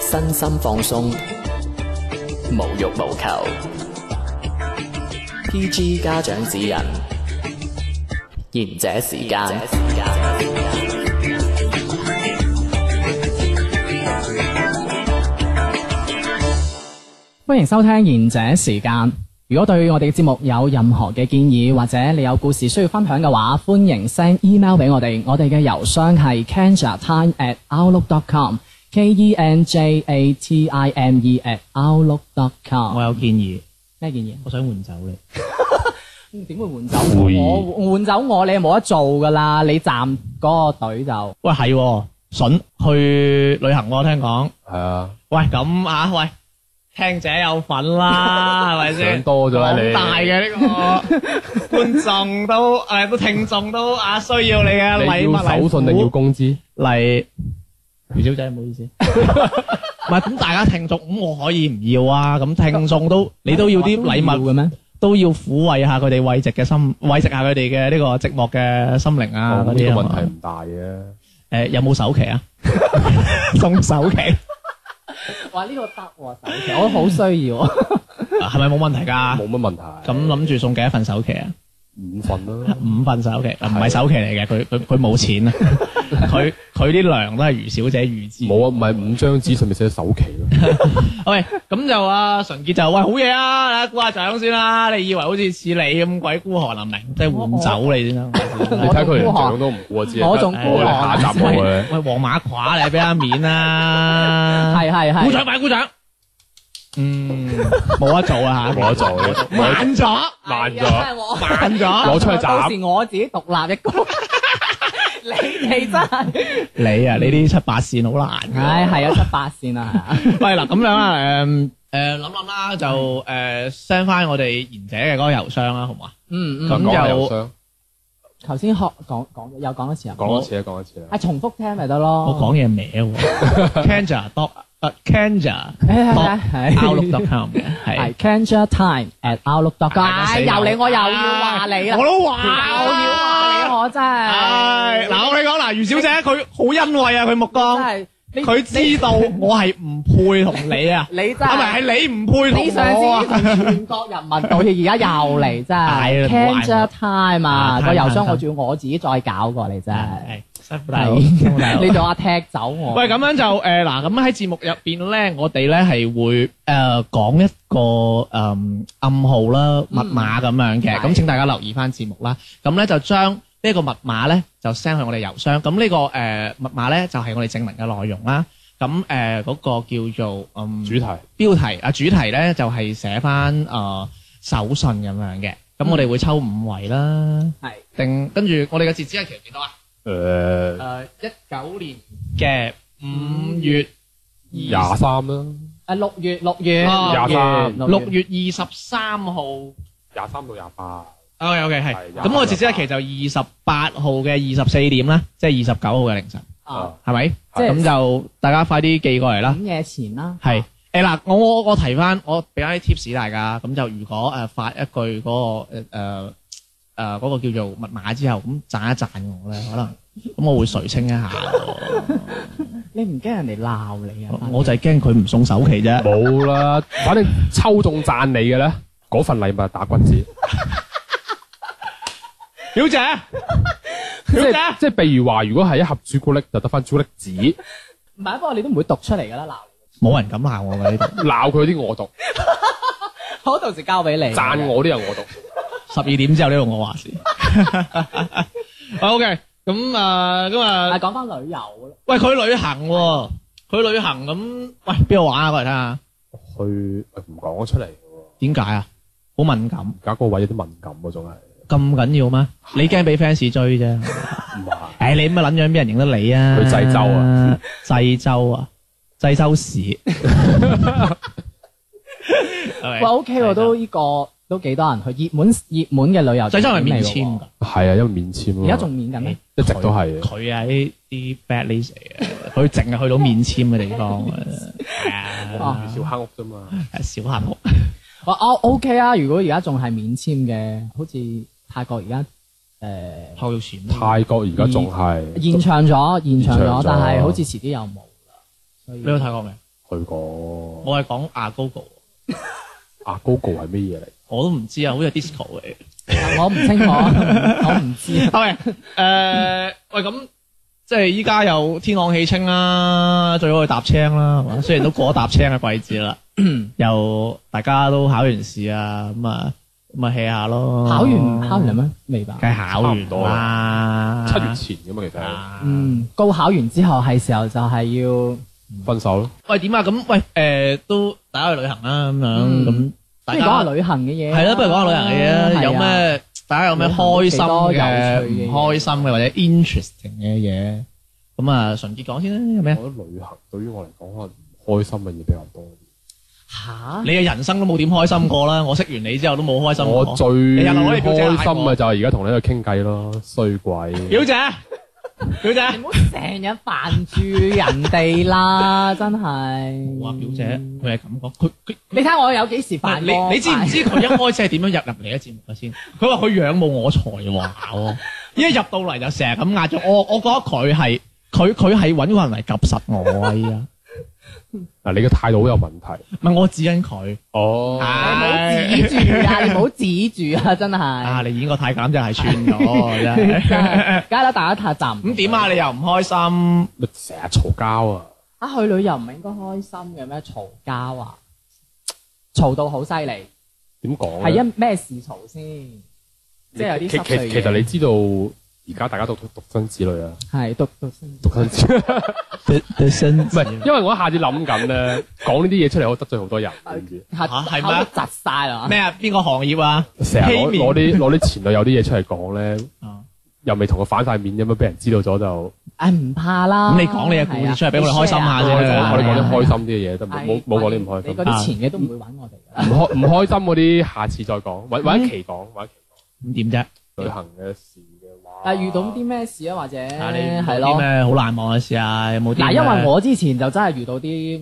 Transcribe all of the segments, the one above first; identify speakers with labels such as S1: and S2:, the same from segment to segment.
S1: 身心放鬆，無欲無求。PG 家長指引，賢者時間。
S2: 歡迎收聽賢者時間。如果對我哋嘅節目有任何嘅建議，或者你有故事需要分享嘅話，歡迎 send email 俾我哋。我哋嘅郵箱係 kenjatime at outlook dot com。K E N J A T I M E at outlook dot
S3: 我
S2: com。
S3: 有建議，
S2: 咩建議？
S3: 我想換走你。
S2: 點會換走我？我換走我，你冇得做噶啦！你站嗰個隊就
S3: 喂，係喎，筍去旅行喎，聽講。
S4: 係啊，
S3: 喂，咁啊，喂，聽者有份啦，係咪先？
S4: 想多咗啦你
S3: 廣大嘅呢個觀眾都誒，都聽眾都啊，需要你嘅禮
S4: 你
S3: 物
S4: 要手信定要工資？
S3: 嚟？余小姐， 唔好意思。唔係咁，大家聽眾咁我可以唔要啊？咁聽眾都你都要啲禮物
S2: 嘅咩？
S3: 都要撫慰下佢哋慰藉嘅心，慰藉下佢哋嘅呢個寂寞嘅心靈啊
S4: 哦
S3: 嗰
S4: 咁
S3: 啲
S4: 呢個
S3: 啊
S4: 問
S3: 嘛。
S4: 題唔大嘅。
S3: 誒有冇首期啊？送首期
S2: 哇！呢個得喎，手機我好需 要。
S3: 係咪冇問題㗎？
S4: 冇乜問題。
S3: 咁諗住送幾多份首期啊？，
S4: 五份啦
S3: 五份首期，唔係首期嚟嘅，佢佢佢冇錢啊！佢佢啲糧都係余小姐預支。
S4: 冇啊，唔係五張紙上面寫首期咯。
S3: 喂，咁就啊，純潔就喂好嘢啊！嗱，鼓下掌先啦。你以為好似似你咁鬼孤寒啊？唔明，即係換走你先啦。
S4: 你睇佢連獎都唔顧啊，知
S2: 我仲
S4: 哎
S2: 孤寒
S4: 我哋下一集冇啊 嘅。
S3: 喂，黃馬褂你俾下面啦。
S2: 係係係。
S3: 鼓掌，快鼓掌。嗯，冇得做啊
S4: 冇得做，冇
S3: 慢咗，
S4: 慢咗，
S2: 咗
S3: 慢 咗。
S4: 攞出去
S2: 到
S4: 斬。
S2: 時我自己獨 立一個，你哋真係，
S3: 你啊，你啲七八線好難
S2: 唉，係啊，七八線 啊，
S3: 喂，嗱咁樣啦，誒誒諗諗啦，就誒 send 翻我哋賢者嘅嗰個郵箱啦，好嘛？
S2: 嗯
S4: 咁
S2: 嗯，
S4: 講
S3: 又
S4: 郵箱，
S2: 頭先學講講又講一次啊，
S4: 講多次啊，講多次啊。
S2: 啊，重複聽咪得咯，
S3: 我講嘢歪 喎，Kanja dot 誒 Kanja
S2: 係係
S3: dot
S2: 係
S3: outlook dot com 嘅，
S2: 係
S3: 係。
S2: Cancer Time at Outlook dot com，唉，又你我又要話你啦，
S3: 我
S2: 又
S3: 都
S2: 要話
S3: 話
S2: 你，我真係
S3: 係，嗱我同你講嗱，余小姐佢好欣慰啊，佢目
S2: 真
S3: 光，
S2: 係你
S3: 佢知道我係唔配同你啊，
S2: 你 真
S3: 啊咪
S2: 係。
S3: 係你唔配
S2: 你上
S3: 同我啊
S2: 次。同全國人民道歉，而家又嚟真係
S3: 係啦
S2: Cancer Time 啊！
S3: 係
S2: 個郵箱
S3: 係係
S2: 我仲要我自己再搞過你真係，
S3: 係辛苦大佬，辛苦大佬
S2: 你仲話踢走我？
S3: 喂，咁樣就誒嗱，咁喺節目入邊咧，我哋咧係會誒講一個誒暗號啦、密碼咁樣嘅，
S2: 係
S3: 咁請大家留意翻節目啦。咁咧就將呢個密碼咧就 send 去我哋郵箱。咁呢個誒密碼咧就係我哋證明嘅內容啦。咁誒嗰個叫做嗯
S4: 主題
S3: 標題啊主題咧就係寫翻誒手信咁樣嘅。咁我哋會抽五位啦，
S2: 係
S3: 定跟住我哋嘅截止日期係幾多啊？
S4: 誒
S3: 誒一九年嘅五月
S4: 廿三啦，
S2: 啊六月六月
S3: 哦
S4: 廿三
S3: 六月二十三號。
S4: 廿三到廿八，
S3: OK OK 係
S4: 係，
S3: 咁我截止日期就二十八號嘅二十四點啦，即係二十九號嘅凌晨，
S2: 啊
S3: 係咪？
S2: 即係
S3: 咁就大家快啲寄過嚟啦。
S2: 午夜前啦，
S3: 係誒嗱，我我我提翻，我俾翻啲 tips 大家，咁就如果誒發一句嗰個誒誒誒嗰個叫做密碼之後，咁讚一讚我咧，可能咁我會垂青一 下，
S2: 你唔驚人哋鬧你啊？
S3: 我就係驚佢唔送首期啫。
S4: 冇啦，反正抽中讚你嘅咧，嗰份禮物打骨折。
S3: 表姐，
S4: 即
S3: 表姐，
S4: 係即係，譬如話，如果係一盒朱古力，就得翻朱古力紙，
S2: 唔係，不過你都唔會讀出嚟噶啦鬧
S3: 冇人敢鬧我㗎呢度。
S4: 鬧佢啲我讀，
S2: 你，我到時交俾你。
S4: 讚我啲人我讀。
S3: 十二點之後呢度我話 事。OK，咁啊，咁
S2: 啊，
S3: 啊，
S2: 講翻旅遊啦，
S3: 喂，佢旅行喎，佢旅行咁，喂，邊度玩啊？過嚟睇下，
S4: 去呃唔講出嚟嘅喎，
S3: 點解啊？好敏感，
S4: 而家個位有啲敏感喎，仲係
S3: 咁緊要咩？你驚俾 fans 追啫？
S4: 唔係？
S3: 唉，你咁嘅撚樣，邊人認得你啊？
S4: 去濟州啊，
S3: 濟州啊，濟州市。
S2: 喂 OK 喎，都呢個都幾多人去熱門熱門嘅旅遊
S3: 濟
S2: 景點嚟㗎喎。
S3: 州係免簽㗎，嗯
S4: 係啊，因為免簽啊嘛
S2: 而家仲免緊咩？
S4: 一直都係
S3: 佢喺啲 bad list 嚟嘅，佢淨係去到免簽嘅 地方㗎。係啊
S4: 小黑屋啫嘛，
S3: 小幸福，
S2: 哦我我 OK 啊！如果而家仲係免簽嘅，好似泰國而家诶
S3: 泡肉船咯，
S4: 泰國而家仲係
S2: 延長咗，延長
S4: 延長
S2: 咗
S4: 咗，
S2: 但係好似遲啲又冇啦。所以
S3: 你有睇過未？
S4: 去過
S3: 我係講牙膏膏，
S4: 阿 Google 係咩嘢嚟？
S3: 我都唔知啊，好似係 disco 嚟。
S2: 我唔清楚，我唔知。
S3: 喂，誒喂咁。即係依家有天朗氣清啦，最好去搭青啦，係嘛？雖然都過咗搭青嘅季節 啦，又大家都考完試啊，咁啊咁啊 hea 下咯。
S2: 考完考完啦咩？未吧？
S3: 梗係考
S4: 差唔
S3: 完
S4: 多
S3: 啦，
S4: 七月前噶嘛，其實係
S3: 啊
S2: 嗯，高考完之後係時候就係要
S4: 分手咯。
S3: 喂，點啊？咁喂，诶、都大家去旅行啦，咁
S2: 嗯
S3: 樣咁，大
S2: 不
S3: 家
S2: 如講下旅行嘅嘢啊。
S3: 係啦，不如講下旅行嘅嘢
S2: 係
S3: 啦，
S2: 啊
S3: 有？咩？大家有咩
S2: 旅行
S3: 開
S2: 有
S3: 心
S2: 幾多
S3: 嘅、
S2: 有趣嘅嘢
S3: 唔開心嘅或者 interesting 嘅嘢？咁啊，純潔講先啦，有
S4: 我
S3: 咩
S4: 覺？得旅行對於我嚟講，可能唔開心嘅嘢比較多啲。
S2: 吓？
S3: 你嘅人生都冇點開心過啦，我識完你之後都冇開心過。
S4: 我最
S3: 你又攞你表姐
S4: 開
S3: 賴
S4: 心嘅
S3: 我
S4: 就係而家同你喺度傾偈咯，衰
S3: 表
S4: 鬼！
S3: 姐，表姐，
S2: 唔好成日扮住人哋啦，真係。
S3: 我話啊表姐，佢係咁講，佢佢。
S2: 你睇下我有幾時扮
S3: 你
S2: 過
S3: 你知唔知佢一開始係點樣入入嚟嘅節目嘅啊先？佢話佢仰慕我才華喎，一入到嚟就成日咁壓咗我。我覺得佢係佢佢係揾個人嚟及實我啊！依家
S4: 嗱，你嘅態度好有問題。
S3: 唔係我指緊佢
S4: 哦
S2: 你唔好指住啊！你唔好指住啊！真
S3: 啊！
S2: 係。
S3: 你演個太監真係串 咗，真係
S2: 真係梗係啦，大家太浸。
S3: 咁點啊？你又唔開心？
S4: 你成日嘈交啊！
S2: 啊，去旅遊唔係應該開心嘅咩？嘈交啊，嘈到好犀利，
S4: 點講
S2: 係
S4: 咧？
S2: 因咩事嘈先？即係有啲
S4: 其
S2: 濕
S4: 其
S2: 碎
S4: 其實
S2: 嘢
S4: 你知道而家大家都獨獨生子女啊，
S2: 係讀讀先。
S4: 獨生 子
S3: 唔
S4: 唔係，因為我一下子諗緊咧， 講呢啲嘢出嚟可以得罪好多人，你知唔
S2: 嚇
S3: 嚇係咩
S2: 口都窒晒啦！
S3: 咩啊？邊個行業啊？
S4: 知成日攞
S3: 欺面
S4: 攞啲攞啲前女友啲嘢出嚟講咧，
S3: 啊
S4: 又未同佢反晒面咁樣，俾人知道咗就
S2: 唉，唔怕啦。
S3: 咁你講你嘅故事出嚟俾我哋開心下
S4: 我
S3: 啫
S4: 哋
S3: 係啊
S4: 講我哋講
S3: 係啊
S4: 啲開心啲嘅嘢得，
S2: 唉
S4: 冇冇講啲唔開
S2: 你
S4: 心
S2: 嗰。啲前嘅都唔會
S3: 嗯
S2: 揾我哋㗎
S4: 唔
S2: 啦。
S4: 開唔開心嗰啲，下次再講，揾揾一
S2: 嗯
S4: 期講，揾一期
S3: 咁點啫？
S4: 旅行嘅事嘅話。
S2: 啊，遇到啲咩事啊？或者
S3: 啊，你遇到
S2: 係
S3: 啲
S2: 咯。
S3: 咩好難忘嘅事啊？有冇啲
S2: 嗱，
S3: 咩？
S2: 因為我之前就真係遇到啲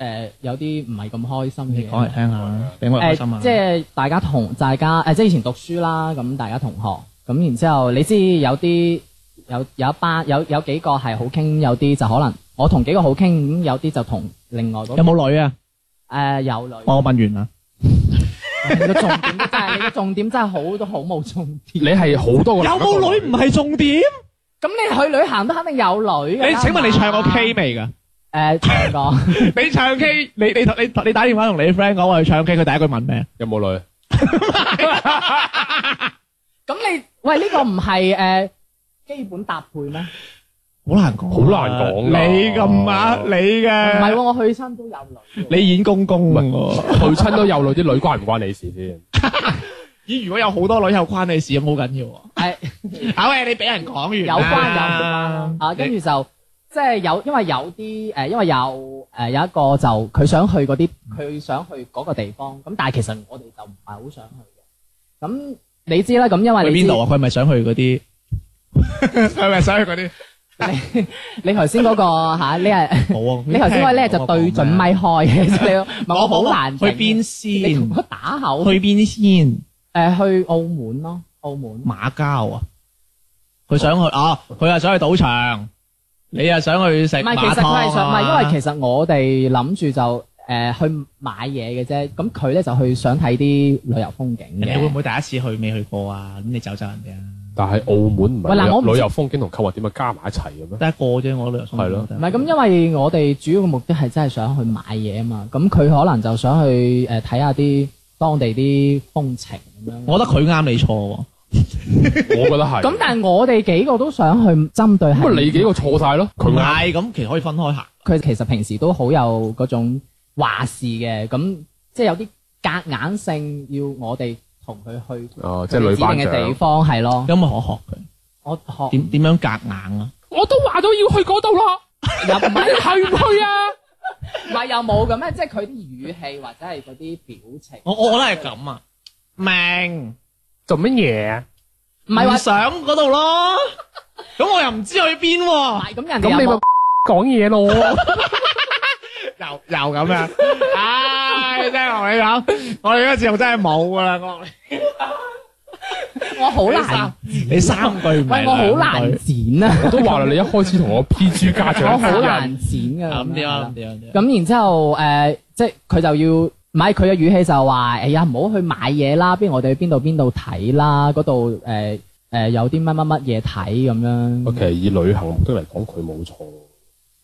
S2: 誒有啲唔係咁開心
S3: 你
S2: 嘅嘢。
S3: 講嚟聽下，俾我開心啊！
S2: 即係大家同大家誒、即係以前讀書啦，咁大家同學，咁然之後你知有啲有有一班有有幾個係好傾，有啲就可能我同幾個好傾，咁有啲就同另外嗰
S3: 有冇女啊？
S2: 誒有女，
S3: 我問完啦。
S2: 你個重點真係你個重點真係好都好冇重
S4: 你
S2: 點。
S4: 係好多個男一個
S3: 唔係重點。
S2: 咁你去旅行都肯定有女㗎啦
S3: 你請問你唱過 K 未㗎？
S2: 誒唱過
S3: 你唱 K，你你同你你打電話同你 friend 講我去唱 K，佢第一句問咩？
S4: 有冇女？
S2: 咁你喂呢、個唔係誒基本搭配咩？
S3: 好難講，
S4: 好難講㗎
S3: 你咁啊，你
S2: 唔係
S3: 嘅
S2: 喎，我去親都有女喎。
S3: 你演公公
S4: 唔
S3: 喎。
S4: 去親都有女，啲女關唔關你事先？
S3: 咦？如果有好多女又關你事咁好緊要喎。
S2: 係。
S3: 啊喂，你俾人講完
S2: 有關有關
S3: 啦
S2: 啦，啊，跟住就即係有，因為有啲呃誒，因為有誒、有一個就佢想去嗰啲，佢想去嗰個地方，咁但係其實我哋就唔係好想去嘅。咁你知啦，咁因為
S3: 你
S2: 你
S3: 去邊
S2: 知
S3: 度啊？佢係咪想去嗰啲？ 佢係咪想去嗰啲？
S2: 你頭先嗰個嚇呢 日，
S3: 冇啊！
S2: 你頭先嗰個咧就對準咪開嘅， 你
S3: 我
S2: 問我好難
S3: 啊去
S2: 定
S3: 邊
S2: 你
S3: 先？
S2: 同我打口誒、
S3: 去邊先？
S2: 去澳門咯，澳門
S3: 馬交啊，佢想去啊，佢又想去賭場，你又想去食
S2: 唔係，
S3: 馬
S2: 其實
S3: 湯
S2: 佢係想，唔係因為
S3: 實
S2: 其實我哋諗住就誒、去買嘢嘅啫，咁佢咧就去想睇啲旅遊風景
S3: 你會唔
S2: 嘅。
S3: 會第一次去未去過啊？咁你走走人哋啊，
S4: 但係澳門唔
S2: 喂嗱我唔
S4: 係
S2: 知
S4: 旅遊風景同購物點解加埋一齊嘅咩？
S3: 得一個啫，我旅遊
S4: 係咯
S2: 唔係咁，因為我哋主要嘅目的係真係想去買嘢啊嘛，咁佢可能就想去誒睇下啲當地啲風情咁樣。
S3: 我覺得佢啱你錯喎，
S4: 我覺得係。
S2: 咁但係我哋幾個都想去針對係
S4: 咁咪你幾個錯晒 咯？佢
S3: 唔
S4: 啱。
S3: 係咁，其實可以分開行。
S2: 佢其實平時都好有嗰種話事嘅，咁即係有啲夾硬性要我哋同佢去
S4: 哦，即係女班
S2: 指定嘅地
S4: 長。
S2: 方係咯。
S3: 有冇可學佢？
S2: 我學
S3: 點點樣夾硬啊？
S4: 我都話咗要去嗰度咯，
S2: 又唔係
S4: 去唔去啊？
S2: 唔係又冇咁咩，即係佢啲語氣或者係嗰啲表情，
S3: 我我覺得係咁啊，明
S4: 做乜嘢？
S2: 唔係話
S3: 想嗰度咯，咁我又唔知去邊喎，
S2: 係咁人
S4: 咁
S2: 哋
S4: 你咪
S2: 又冇
S4: 講嘢咯。
S3: 又又咁樣，唉，真係同你講，我哋嗰個節目真係冇噶啦，我。
S2: 我好難，
S3: 你三句唔
S2: 喂
S3: 係
S2: 我好
S3: 兩句
S2: 難剪啊，
S4: 我都話啦，你一開始同我 PG 家
S2: 我
S4: 長 指
S2: 好
S4: 引
S2: 難剪噶。
S3: 咁點
S2: 係啦
S3: 啊？咁點啊？咁點啊
S2: 咁然之後誒、呃即係佢就要，唔係佢嘅語氣就話：哎呀，唔好去買嘢啦，不如我哋去邊度邊度睇啦，嗰度誒誒有啲乜乜乜嘢睇咁樣。
S4: 其實以旅行目的嚟講，佢冇錯。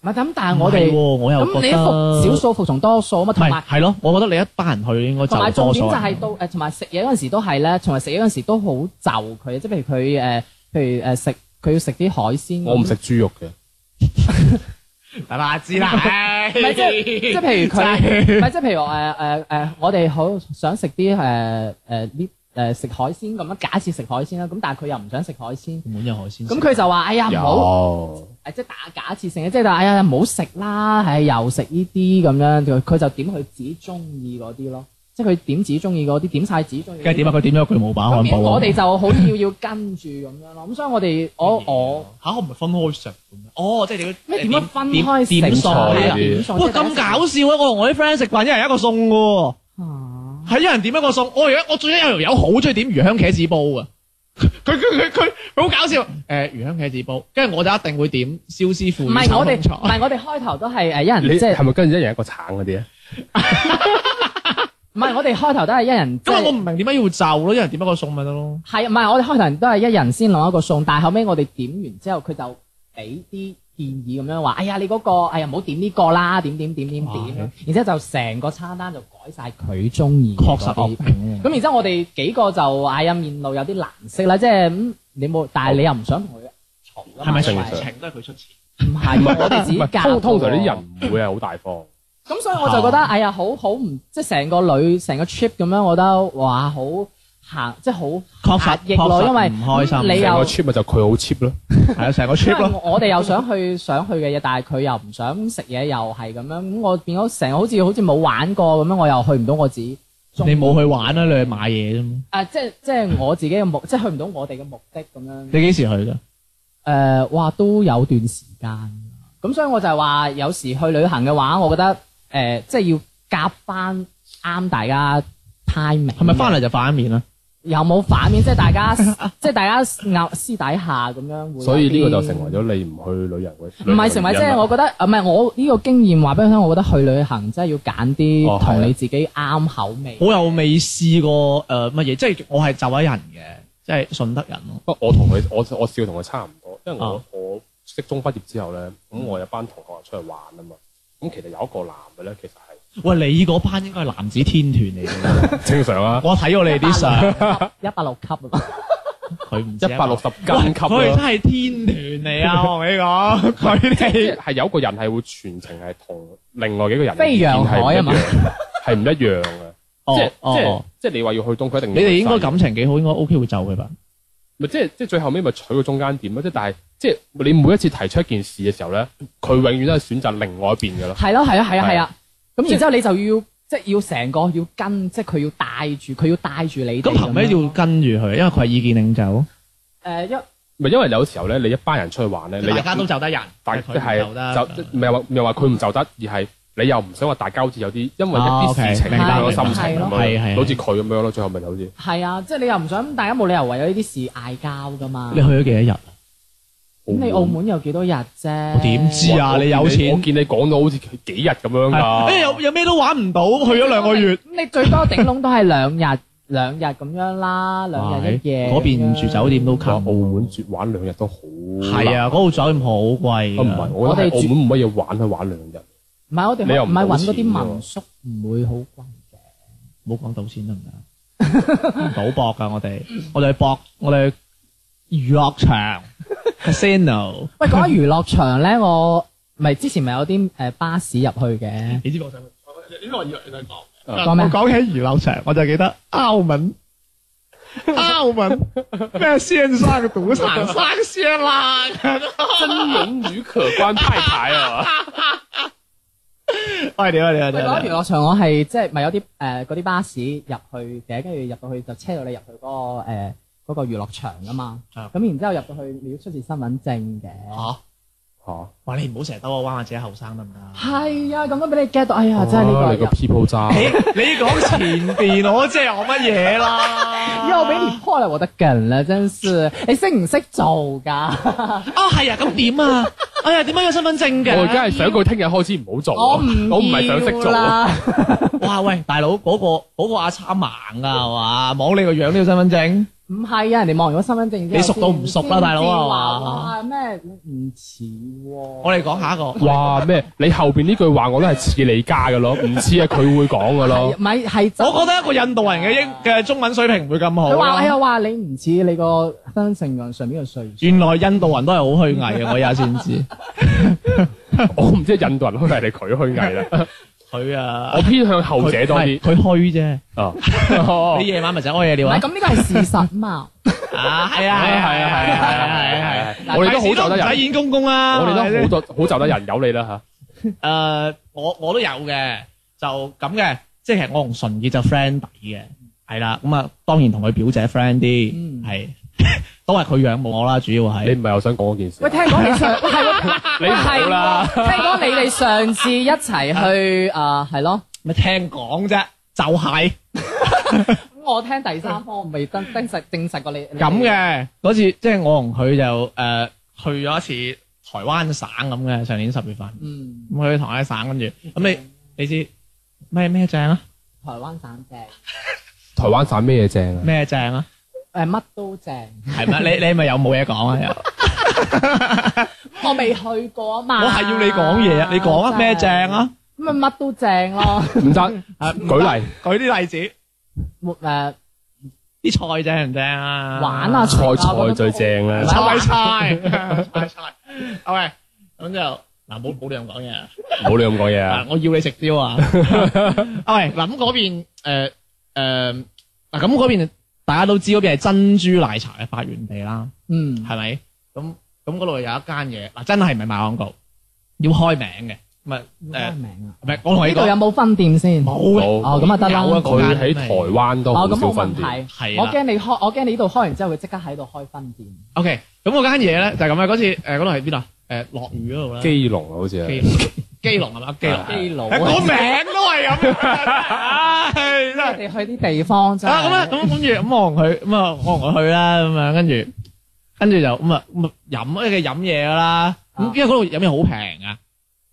S2: 唔係咁，但係我哋
S3: 唔係喎我又
S2: 咁你
S3: 覺
S2: 一
S3: 得
S2: 服少數服從多數啊嘛，
S3: 唔
S2: 同埋
S3: 係係咯，我覺得你一班人去應該
S2: 同埋
S3: 就
S2: 重
S3: 多
S2: 點
S3: 數
S2: 就
S3: 人
S2: 係到誒，同埋食嘢嗰陣時都係咧，同埋食嘢嗰陣時都好就佢，即係譬如佢誒，譬如誒呃食佢要食啲海鮮。
S4: 我唔食。豬肉嘅，
S3: 係嘛？知啦，
S2: 唔係即係即係譬如佢，唔係即係譬如誒誒誒，呃我哋好想食啲誒誒呃呢誒食海鮮咁啊樣，假設食海鮮啦，咁但係佢又唔想食海鮮，
S3: 滿有海鮮食。
S2: 咁佢就話：哎呀唔好。
S4: 有
S2: 誒即係打假設性嘅，即係就哎呀唔好食啦，係又食呢啲咁樣，佢佢就點佢自己中意嗰啲咯，即係佢點自己中意嗰啲，點晒自己中意嗰啲。
S3: 梗係點啊？佢啊點咗一句冇把
S2: 咁
S3: 漢
S2: 變咗
S3: 堡
S2: 哦我哋
S3: 喎
S2: 就好似要要跟住咁樣咯，咁所以我哋 我我
S3: 嚇，我唔係分開食嘅咩？哦，即係你
S2: 咩點樣分開食
S3: 點餸
S4: 菜
S2: 係啊
S3: 啊？
S2: 點餸
S3: 哇，咁搞笑啊！我同我啲 friend 食飯，一人一個餸嘅喎。
S2: 啊！
S3: 係一人點一個餸，我而家我最緊有條友好中意點魚香茄子煲啊！ 佢佢佢佢佢好搞笑，誒、魚香茄子煲，跟住我就一定會點燒師傅
S2: 唔係我哋
S3: 炒
S2: 唔係我哋開頭都係誒一人
S4: 你
S2: 即係
S4: 係咪跟住一人一個橙嗰啲啊？
S2: 唔係我哋開頭都係一人即
S3: 咁啊我
S2: 係
S3: 唔明點解要就咯，一人點一個餸咪得咯。
S2: 係唔係我哋開頭都係一人先攞一個餸，但係後尾我哋點完之後佢就俾啲建議咁樣話：哎呀你嗰個哎呀唔好點呢個啦，點點點
S4: 啊
S2: 點點
S3: 哇
S2: 啦，然之後就成個餐單就改晒佢中意嘅
S3: 確實
S2: 嗰啲
S4: 哦
S3: 惡評
S2: 咁然之後我哋幾個就哎呀面露有啲難色啦，即係咁你冇，但係你又唔想同佢嘈啊嘛
S3: 係咪
S4: 正
S3: 全
S4: 常
S3: 程都係佢出錢？
S2: 唔係，我哋自
S4: 唔
S2: 己
S4: 係
S2: 夾。
S4: 通通常啲，人唔啊會係好大方。
S2: 咁所以我就覺得，哎呀，好好唔，即係成個女成個 trip 咁樣，我覺得哇，好行，即係好
S3: 哦確實
S2: 壓抑咯，
S3: 確實
S2: 啊因為
S3: 唔開心
S2: 咁你
S4: 成個
S2: 又
S4: cheap 咪就佢好 cheap 咯。
S3: 係啊，成個
S2: 因
S3: trip
S2: 為
S3: 咯。
S2: 我哋又想去 想去嘅嘢，但係佢又唔想食嘢，又係咁樣，咁我變咗成個好似好似冇玩過咁樣，我又去唔到我自己中意。
S3: 你冇去玩啊啦，你去買嘢啫嘛。
S2: 啊？即係即係我自己嘅目，即係去唔到我哋嘅目的咁樣。
S3: 你幾時去㗎？
S2: 誒、哇，都有段時間㗎。咁所以我就係話，有時去旅行嘅話，我覺得誒、呃即係要夾翻啱大家 timing。
S3: 係咪翻嚟就反面啊？
S2: 有冇反面？即係大家， 即係大家拗私底下咁樣會。
S4: 所以呢個就成為。咗你唔去旅遊嘅。
S3: 啊
S2: 唔係成為，即係我覺得，啊唔係我呢個經驗話俾你聽，我覺得去旅行真係要揀
S4: 哦
S2: 啲
S4: 係啊
S2: 同你自己啱口味。
S3: 我又未試過誒乜嘢，即係我係就一人嘅，即係順德人咯。
S4: 不過我同佢，我我笑同佢差唔多，因為我、
S3: 啊嗯
S4: 我職中畢業之後咧，咁我有班同學出去玩啊嘛。咁其實有一個男嘅咧，其實係
S3: 喂，你嗰班應該係男子天團嚟嘅，
S4: 正常啊，
S3: 我睇過你啲相，
S2: 一百六級啊！
S3: 佢唔知
S4: 一百六十
S3: 喂
S4: 斤級
S3: 佢
S4: 咯。
S3: 真係天團 嚟啊！我同你講，佢
S4: 即
S3: 哋
S4: 係有一個人係會全程係同另外幾個人
S2: 飛揚海啊嘛
S4: 意見係唔一樣係唔一樣嘅。即係即係
S3: 哦，
S4: 即係你話要去東區一定
S3: 你哋應該
S4: 咁，
S3: 感情幾好，應該 OK 會就佢吧？
S4: 咪即係即係最後尾咪取個中間點咯。即係但係即係你每一次提出一件事嘅時候咧，佢永遠都係選擇另外一邊嘅咯。
S2: 係咯，係啊，係啊，係
S4: 係
S2: 啊。咁然之後你就要即係要成個要跟，即係佢要帶住，佢要帶住
S4: 啊
S2: 你哋樣。
S3: 咁後尾要跟住佢，因為佢係意見領袖，
S2: 誒一
S4: 咪因為有時候咧，你一班人出去玩咧，你入
S3: 就得人，
S4: 大即係就唔係話唔係話佢唔就得，而係你又唔想話大家好似有啲因為一
S3: 哦
S4: 啲
S3: ，OK，
S4: 事情
S3: 明
S4: 影
S2: 白
S4: 響咗心情
S2: 明
S4: 咁
S2: 白
S4: 樣，
S3: 係係係
S4: 好似佢咁樣咯，最後咪就好似
S2: 係啊，即係你又唔想，大家冇理由為咗呢啲事嗌交噶嘛。
S3: 你去
S2: 咁
S3: 咗幾多日？
S2: 你澳門有幾多日啫？我
S3: 點知啊
S4: 哦我
S3: 你有錢哎
S4: 我見你講到好似幾日咁啊樣㗎，
S3: 誒又又咩都玩唔到，去咗兩個月。
S2: 咁你最多頂籠都係兩日，兩日咁樣啦，兩日一夜咁樣。
S3: 嗰邊住酒店都近
S4: 哇！澳門住玩兩日都好
S3: 係啊，嗰度酒店好貴
S4: 難，
S3: 㗎。
S4: 啊唔係，我覺
S2: 我
S4: 得
S2: 哋
S4: 喺
S2: 住
S4: 澳門冇乜嘢玩，去啊玩兩日。
S2: 唔係我哋
S4: 你又
S2: 唔
S4: 唔
S2: 係
S4: 好
S2: 揾嗰
S4: 錢
S2: 啲
S4: 喎
S2: 民宿唔會好貴嘅。
S3: 唔好講賭錢得唔得？唔賭博㗎，我哋我哋去博，我哋去娛樂場 casino。
S2: 喂，講起娛樂場咧，我咪之前咪有啲誒巴士入去
S4: 嗯
S2: 嘅。
S3: 你知我想呢個以為你想講
S2: 講咩啊
S3: 我講起娛樂場，我就記得澳門，澳門咩先生嘅賭場 生鮮啦，
S4: 真勇與可觀派牌啊！
S3: 喂屌啊屌
S2: 喂，
S3: 啊屌
S2: 講
S3: 啊
S2: 起
S3: 屌
S2: 娛
S3: 啊！
S2: 樂場，我係即係咪有啲誒嗰啲巴士入去嘅，跟住入到去就車到你入去嗰、個誒嗰、個娛樂場噶嘛。咁、
S3: 啊
S4: 啊
S2: 然之後入到去你要出示身份證嘅。
S3: 嚇
S4: 嚇
S3: 啊哇！你唔好成日兜個彎或者後生得唔得啊？
S2: 係啊，咁樣俾你 get 到，哎呀，真係
S4: 啊
S2: 呢
S4: 你個
S2: 個。
S4: people 渣，
S3: 你講前邊，我即係我乜嘢 啦？
S2: 又俾你破了我的梗啦，真是！你識唔識做㗎？
S3: 啊，係啊，咁點啊？哎呀，點解有身份證嘅？
S4: 我而家係想佢聽日開始唔好做啊，
S2: 我唔
S4: 我唔係想識做啊，
S2: 啦。
S3: 哇喂，大佬嗰、個嗰、個阿叉盲啊，係嘛？摸你個樣呢個身份證，
S2: 唔係啊，人哋望完個身份證之後
S3: 你熟到唔熟啦大佬啊
S2: 先至話
S3: 哇
S2: 哇咩唔似喎？
S3: 我哋講下一個。
S4: 哇咩？你後邊呢句話我都係似你家嘅咯，唔似啊佢會講嘅咯
S2: 係，唔係係真。
S3: 我覺得一個啊印度人嘅英嘅中文水平唔會咁好
S2: 佢話：哎
S3: 啦。
S2: 呀，話你唔似你個身份證上面嘅歲數。
S3: 原來印度人都係好虛偽嘅，我而家先 知。
S4: 我唔知印度人虛偽定佢虛偽啦，
S3: 佢啊
S4: 我，偏向後者多啲
S3: 唔係佢虛啫。
S4: 啊，
S3: 你夜晚咪就屙夜
S2: 唔
S3: 尿啊
S2: 係？咁呢個係事實 嘛？
S3: 啊，係
S4: 係
S3: 啊，
S4: 啊係啊係啊係啊係啊係啊！我哋都好就得
S3: 唔使
S4: 人，
S3: 演公公啦。
S4: 我哋
S3: 係咪
S4: 都
S3: 先
S4: 好就好就得人，有你啦嚇。
S3: 誒，呃我我都有嘅，就咁嘅，即係我同純潔就 friend 底嘅，係啦。咁啊，當然同佢表姐 friend 啲，
S2: 嗯
S3: 係 都係佢仰慕我啦，主要
S4: 你
S3: 係。
S4: 唔係又想講嗰件事
S2: 喂，
S4: 啊？
S2: 聽講你上喂係喎，
S4: 你唔好 啦，
S2: 聽講你哋上次一齊去啊，係咯。
S3: 咪聽講啫，就係
S2: 咁我聽第三方，我未登登實證實過你
S3: 咁。嘅嗰次，即係我同佢就誒去咗一次台灣省咁嘅，上年十月份
S2: 嗯，
S3: 咁去台灣省，跟住咁你你知咩咩正啊？
S2: 台灣省正，
S4: 台灣省咩嘢正啊？
S3: 咩正啊？
S2: 誒乜都正，
S3: 係咪？你你咪有冇嘢講啊？又
S2: 我未去 過啊嘛。
S3: 我係要你講嘢啊！你講啊？咩正啊？
S2: 咁咪乜都正 咯，
S4: 唔得，
S3: 啊
S4: 舉例
S3: 舉啲例子。
S2: 誒玩
S3: 啲菜正唔正啊？
S2: 啊，
S4: 菜菜最正啦。
S3: 猜 猜猜猜。好喂，咁就嗱，冇冇你咁講嘢啊！
S4: 冇你咁講嘢 啊
S3: 嗱！我要你食蕉啊！啊喂，嗱咁嗰邊誒誒嗱咁嗰邊大家都知嗰邊係珍珠奶茶嘅發源地啦，
S2: 嗯，
S3: 係咪？咁咁嗰度有一間嘢嗱，真係唔係賣廣告，要開名嘅，唔係
S2: 咩
S3: 誒
S2: 名啊？
S3: 唔係我同你
S2: 呢度有
S3: 講
S2: 冇分店先？
S3: 冇嘅
S4: 冇
S2: 哦，咁啊得啦。
S3: 有啊
S2: 哦，
S4: 佢喺台灣都好
S2: 咁
S4: 少
S2: 冇問
S4: 分
S2: 題
S4: 店。。
S3: 係啦
S2: 我驚你開，我驚你呢度開完之後，佢即刻喺度開分店。
S3: OK，咁嗰間嘢咧就係咁嘅嗰次誒嗰度係邊度啊？誒落雨嗰度咧。
S4: 基隆啊，好似係。
S3: 基基隆係嘛？基隆
S2: 基佬，
S3: 個名都係咁樣，唉真
S2: 我
S3: 係
S2: 哋去啲地方真係
S3: 啊咁啊咁跟住咁我同佢咁啊我同佢去啦咁樣跟住跟住就咁啊咁啊飲一嘅飲嘢㗎啦，咁
S2: 啊
S3: 因為嗰度飲嘢好平啊。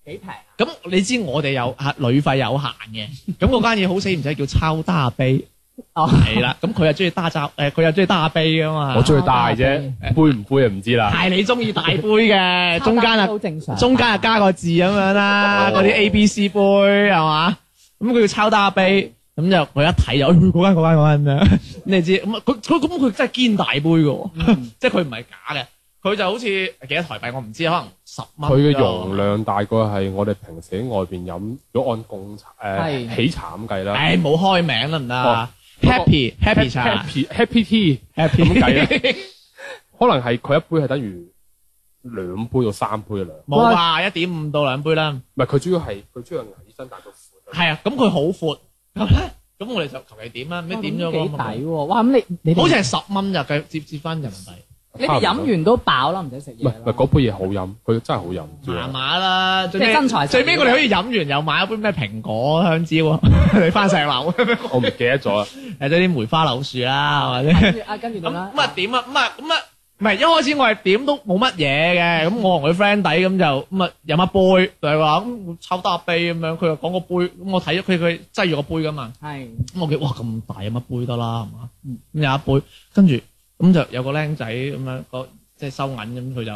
S2: 幾平啊？
S3: 咁你知我哋有啊旅費有限嘅，咁嗰間嘢好死唔死叫抄大杯
S2: 哦，
S3: 係啦，咁佢又中意打罩誒，佢又中意打杯噶嘛
S4: 我，最大啫，杯唔杯啊唔知啦。
S3: 係你中意大杯嘅，中間啊
S2: 好正常，
S3: 中間又加個字咁樣啦，
S4: 哦
S3: 嗰啲 A、B、C 杯係嘛？咁佢要抄打杯，咁就佢一睇就哎嗰間嗰間嗰間咁樣， 咁你知咁啊佢佢咁佢真係堅大杯嘅喎，即係佢唔係假嘅，佢就好似幾多台幣我唔知，可能十蚊。
S4: 佢嘅容，量大概係我哋平時喺外邊飲，如果按貢茶誒
S2: 係
S4: 喜茶咁計啦。
S3: 唉冇開名得唔得啊
S4: 哦
S3: ？Happy Happy 茶
S4: Happy Happy Tea
S3: Happy
S4: 咁計啦，可能係佢一杯係等於兩杯到三杯嘅量。
S3: 冇啊，一點五到兩杯啦。
S4: 唔係佢主要係佢主要係矮身，但係佢闊啊。
S3: 係啊，咁佢好闊咁咧，咁我哋就求其點啦， 咩
S2: 哇
S3: 點咗
S2: 咁
S3: 個
S2: 幾抵喎！哇，咁你你
S3: 好似
S2: 哋
S3: 係十蚊就計折折翻人民幣。
S2: 你哋飲完都飽啦，唔使食
S4: 唔
S2: 嘢
S4: 係
S2: 啦
S4: 唔係嗰杯嘢好飲，佢真係好飲。啊主
S3: 麻
S4: 要
S3: 麻啦，最尾
S2: 即係真材實料
S3: 最尾我哋可以飲完又買一杯咩蘋果香蕉，你翻石樓，
S4: 我唔記得咗啦。啊
S3: 誒即係啲梅花柳樹啦，或者
S2: 跟住啊，跟住
S3: 咁
S2: 點啦？
S3: 咁啊點啊咁啊咁啊，唔係一開始我係點都冇乜嘢嘅，咁我同佢 friend 底咁就咁啊飲一杯，就係話咁抽得杯咁樣，佢又講個杯，咁我睇咗佢佢擠住個杯噶嘛，
S2: 係
S3: 咁我見哇咁大飲一杯得啦，係嘛？
S2: 嗯
S3: 咁有一杯，跟住咁就有個僆仔咁樣個即係收銀咁，佢就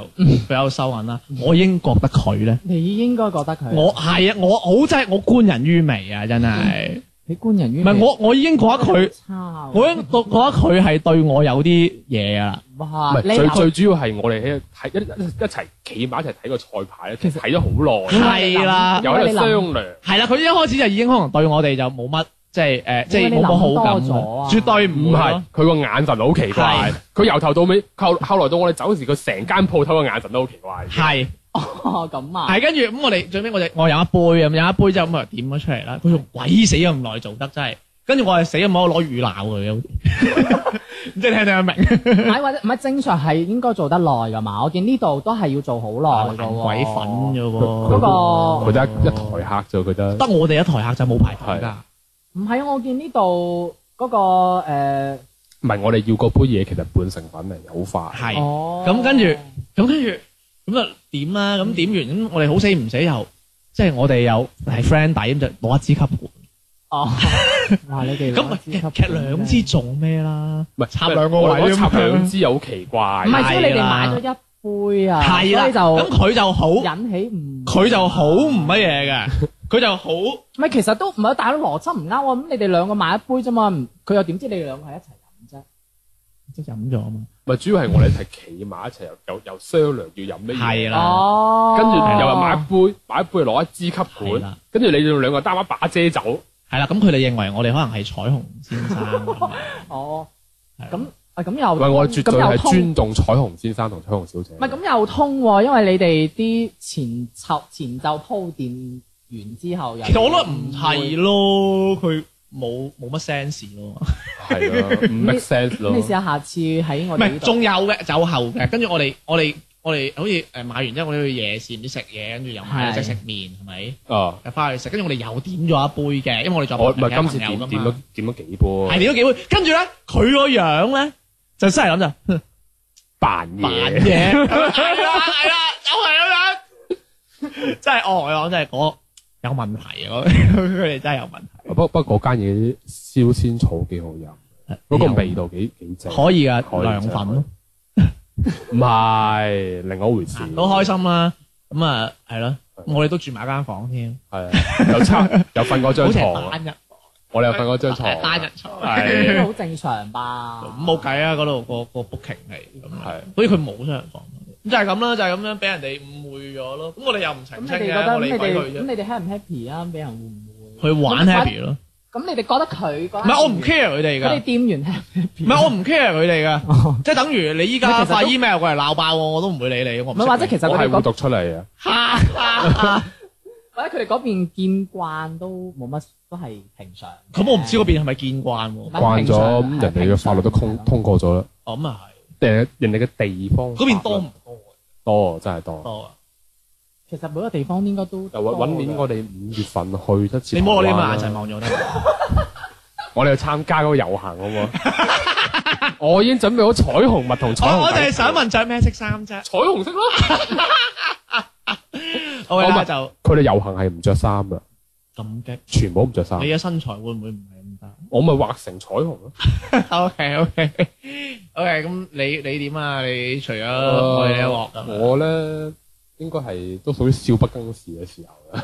S3: 佢有收銀啦，我已經覺得佢咧。
S2: 你應該覺得佢
S3: 我係啊，我好真係我觀人於微啊，真係。
S2: 你官人於
S3: 唔係我我已經覺得佢，
S2: 差
S3: 我已經覺得佢係對我有啲嘢啊。
S4: 唔
S2: 哇！
S4: 係
S2: 你
S4: 最
S2: 留
S4: 最主要係我哋喺睇一一一齊企埋一齊睇個賽牌咧，其實睇咗好耐，
S3: 係啦，
S4: 又喺度商量。
S3: 係啦，佢一開始就已經可能對我哋就冇乜即係誒，即係冇乜好感
S2: 你諗多咗啊
S3: 絕對
S4: 唔
S3: 唔會
S4: 係
S3: 咯。，
S4: 佢個眼神好奇怪
S3: 係。
S4: 佢由頭到尾，後後來到我哋走嗰時，佢成間鋪頭嘅眼神都好奇怪。
S3: 係
S2: 哦咁啊，
S3: 係跟住咁，我哋最尾我哋我有一杯咁，有一杯就咁啊點咗出嚟啦。佢仲鬼死咁耐做得真係，跟住我係死咁，我攞魚鬧佢嘅，好似唔知你聽唔聽得明？
S2: 唔係或者唔係正常係應該做得耐噶嘛？我見呢度都係要做好耐㗎
S3: 爛
S2: 喎
S3: 鬼粉嘅喎，
S2: 嗰個
S4: 佢得一一台客就佢得，
S3: 得我哋一台客就冇排隊㗎。
S2: 唔係啊，我見呢度嗰個誒
S4: 唔係我哋要嗰杯嘢其實半成品嚟，好快。
S3: 係
S2: 哦，
S3: 咁跟住，咁跟住，咁啊點啦？咁點完咁，我哋好死唔死又，即係我哋有係 friend 底咁就攞一支吸盤，
S2: 哦，哇！你哋
S3: 咁其實其實兩支做咩啦？
S4: 唔係
S3: 插兩個
S4: 我
S3: 位
S4: 我插
S3: 咁樣
S4: 兩支又好奇怪。啊
S2: 唔係，所以你哋
S3: 係
S2: 買
S3: 啦
S2: 咗一杯啊，
S3: 係
S2: 所
S3: 啦，
S2: 以
S3: 咁佢就好，
S2: 就引起唔
S3: 佢就好唔乜嘢嘅， 佢就好
S2: 唔係，其實都唔係，大佬邏輯唔啱喎。咁你哋兩個買一杯啫嘛，唔佢又點知你哋兩個係一齊飲啫？
S3: 即係飲咗啊嘛。
S4: 唔係主要係我哋一齊企埋一齊，又又又商量要飲咩嘢。
S3: 係啦
S2: 哦，
S4: 跟住又話買一杯，買一杯攞一支吸
S3: 係
S4: 管
S3: 啦，
S4: 跟住你哋兩個擔一把遮走，
S3: 係啦，咁佢哋認為我哋可能係彩虹先生咁樣，
S2: 哦，
S3: 係
S2: 咁啊咁又
S4: 喂，我哋絕對
S2: 咁又
S4: 係
S2: 通
S4: 尊重彩虹先生同彩虹小姐。
S2: 唔係咁又通喎，因為你哋啲前奏前奏鋪墊完之後又，
S3: 其實我覺得唔係咯，佢冇冇乜 sense 咯。
S4: 係 咯，唔 make sense
S2: 咁
S4: 咯
S2: 你。試下下次喺我哋
S3: 唔
S2: 呢
S3: 係，
S2: 度
S3: 仲有嘅，酒後嘅。跟住我哋，我哋，我哋好似誒買完之後，我哋去夜市唔知食嘢，跟住又買
S2: 係
S3: 咗即食麵，係咪？
S4: 啊，
S3: 又翻去食，跟住我哋又點咗一杯嘅，因為我哋仲
S4: 我
S3: 有
S4: 唔
S3: 朋友
S4: 係今次
S3: 朋友㗎
S4: 點點
S3: 嘛
S4: 咗點咗幾杯
S3: 係點咗幾杯。跟住咧，佢個樣咧就真係諗就哼
S4: 扮
S3: 扮
S4: 嘢，
S3: 嘢，係啦係啦，就係咁樣，真係哦！我講真係嗰有問題啊！佢哋真係有問題，
S4: 不不過嗰間嘢燒仙草幾好飲，嗰個味道幾幾正。
S3: 可以㗎，
S4: 可以
S3: 涼粉咯。
S4: 唔係另外一回事，
S3: 都開心啦。咁啊，係咯，
S4: 係
S3: 我哋都住埋間房添，
S4: 係啊，又差又瞓過
S3: 好
S4: 張
S3: 似
S4: 床
S3: 係
S4: 啊，
S3: 單人，
S4: 我哋又瞓過張
S3: 係
S4: 床，
S3: 單人床。
S4: 係
S2: 應該好正常吧？
S3: 咁冇計啊，嗰度個個 booking 係咁樣，
S4: 係
S3: 所以佢冇雙人房。咁就係咁啦，就係咁樣俾人哋誤會咗咯。咁我哋又唔
S2: 咁
S3: 澄
S2: 你
S3: 清
S2: 哋覺得
S3: 嘅，我
S2: 咁
S3: 理
S2: 你
S3: 鬼
S2: 哋
S3: 佢
S2: 咁
S3: 啫。
S2: 你哋 happy 唔 happy 啊？俾人會唔會？
S3: 去玩
S2: 咁
S3: happy 咯，
S2: 咁你哋覺得佢嗰
S3: 唔係我唔 care 佢哋
S2: 佢哋
S3: 㗎，
S2: 店員 happy，
S3: 唔係我唔 care 佢哋㗎，即係等於你依
S2: 唔係
S3: 家
S2: 其實都
S3: 發 email 過嚟鬧爆我，我都唔會理你。我
S2: 唔
S3: 唔
S2: 係或者其實
S4: 我
S2: 佢哋
S4: 係會
S2: 嗰
S4: 讀出嚟啊。
S3: 實
S2: 或者佢哋嗰邊見慣都冇乜，都係平常。
S3: 咁我唔知嗰邊係咪見慣喎
S2: 唔。係
S4: 慣咗，
S2: 平
S4: 咁
S2: 常
S4: 人哋嘅法律都通通過咗啦。
S3: 哦咁啊
S4: 誒，人哋嘅地方
S3: 係，嗰邊多
S4: 法律
S3: 唔多
S4: 多，真係
S3: 啊？
S4: 多。
S3: 多啊！
S2: 其實每個地方應該都
S4: 就揾
S2: 多
S4: 揾年
S2: 㗎
S4: 我哋五月份去一次。
S3: 哦你唔啊好攞
S4: 你
S3: 呢啲眼神望咗啦。
S4: 啊我哋去參加嗰個遊行好唔好？ 我已經準備好彩虹襪同彩虹
S3: 哦我我就
S4: 底
S3: 係
S4: 褲
S3: 想問着咩色衫啫？
S4: 彩虹色咯。
S3: 我
S4: 我
S3: 咧
S4: 問
S3: 就
S4: 佢哋遊行係唔着衫噶，
S3: 咁激。
S4: 全部唔着衫
S3: 你。啊嘅身材會唔會唔係咁得？
S4: 我咪畫成彩虹咯。
S3: O K O K O K，咁你你點啊？你除咗我哋呢一鑊咁啊，
S4: 我咧應該係都屬於少不更事嘅時候啦。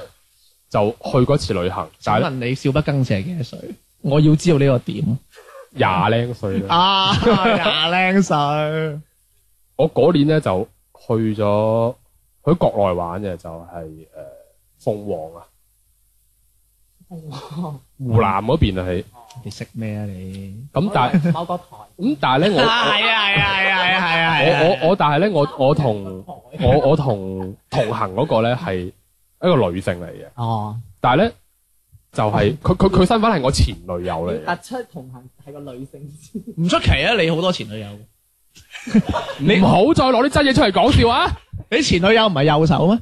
S4: 就去嗰次旅行，
S3: 請
S4: 但
S3: 問
S4: 係
S3: 你少不更事係幾多歲？ 我要知道呢個點
S4: 廿零歲啦。
S3: 啊！廿零歲，
S4: 我嗰年咧就去咗去國內玩嘅，就係、誒、鳳凰啊，湖南嗰邊啊係。
S3: 你識咩啊你？
S4: 咁但係
S2: 某個台
S4: 咁但係咧，我
S3: 啊 係啊係啊係啊 係啊係啊！
S4: 我我我但係咧，我我同
S2: 台
S4: 我我同 同行嗰個咧係一個女性嚟嘅，
S2: 哦，
S4: 但係咧就係
S3: 哦
S4: 佢佢佢身份係我前女友嚟
S3: 啊
S4: 嘅
S2: 要，突出同行係個女性先。
S3: 唔出奇啊！你好多前女友，
S4: 你唔好再攞啲真嘢出嚟講 笑啊！
S3: 你前女友唔係右手咩？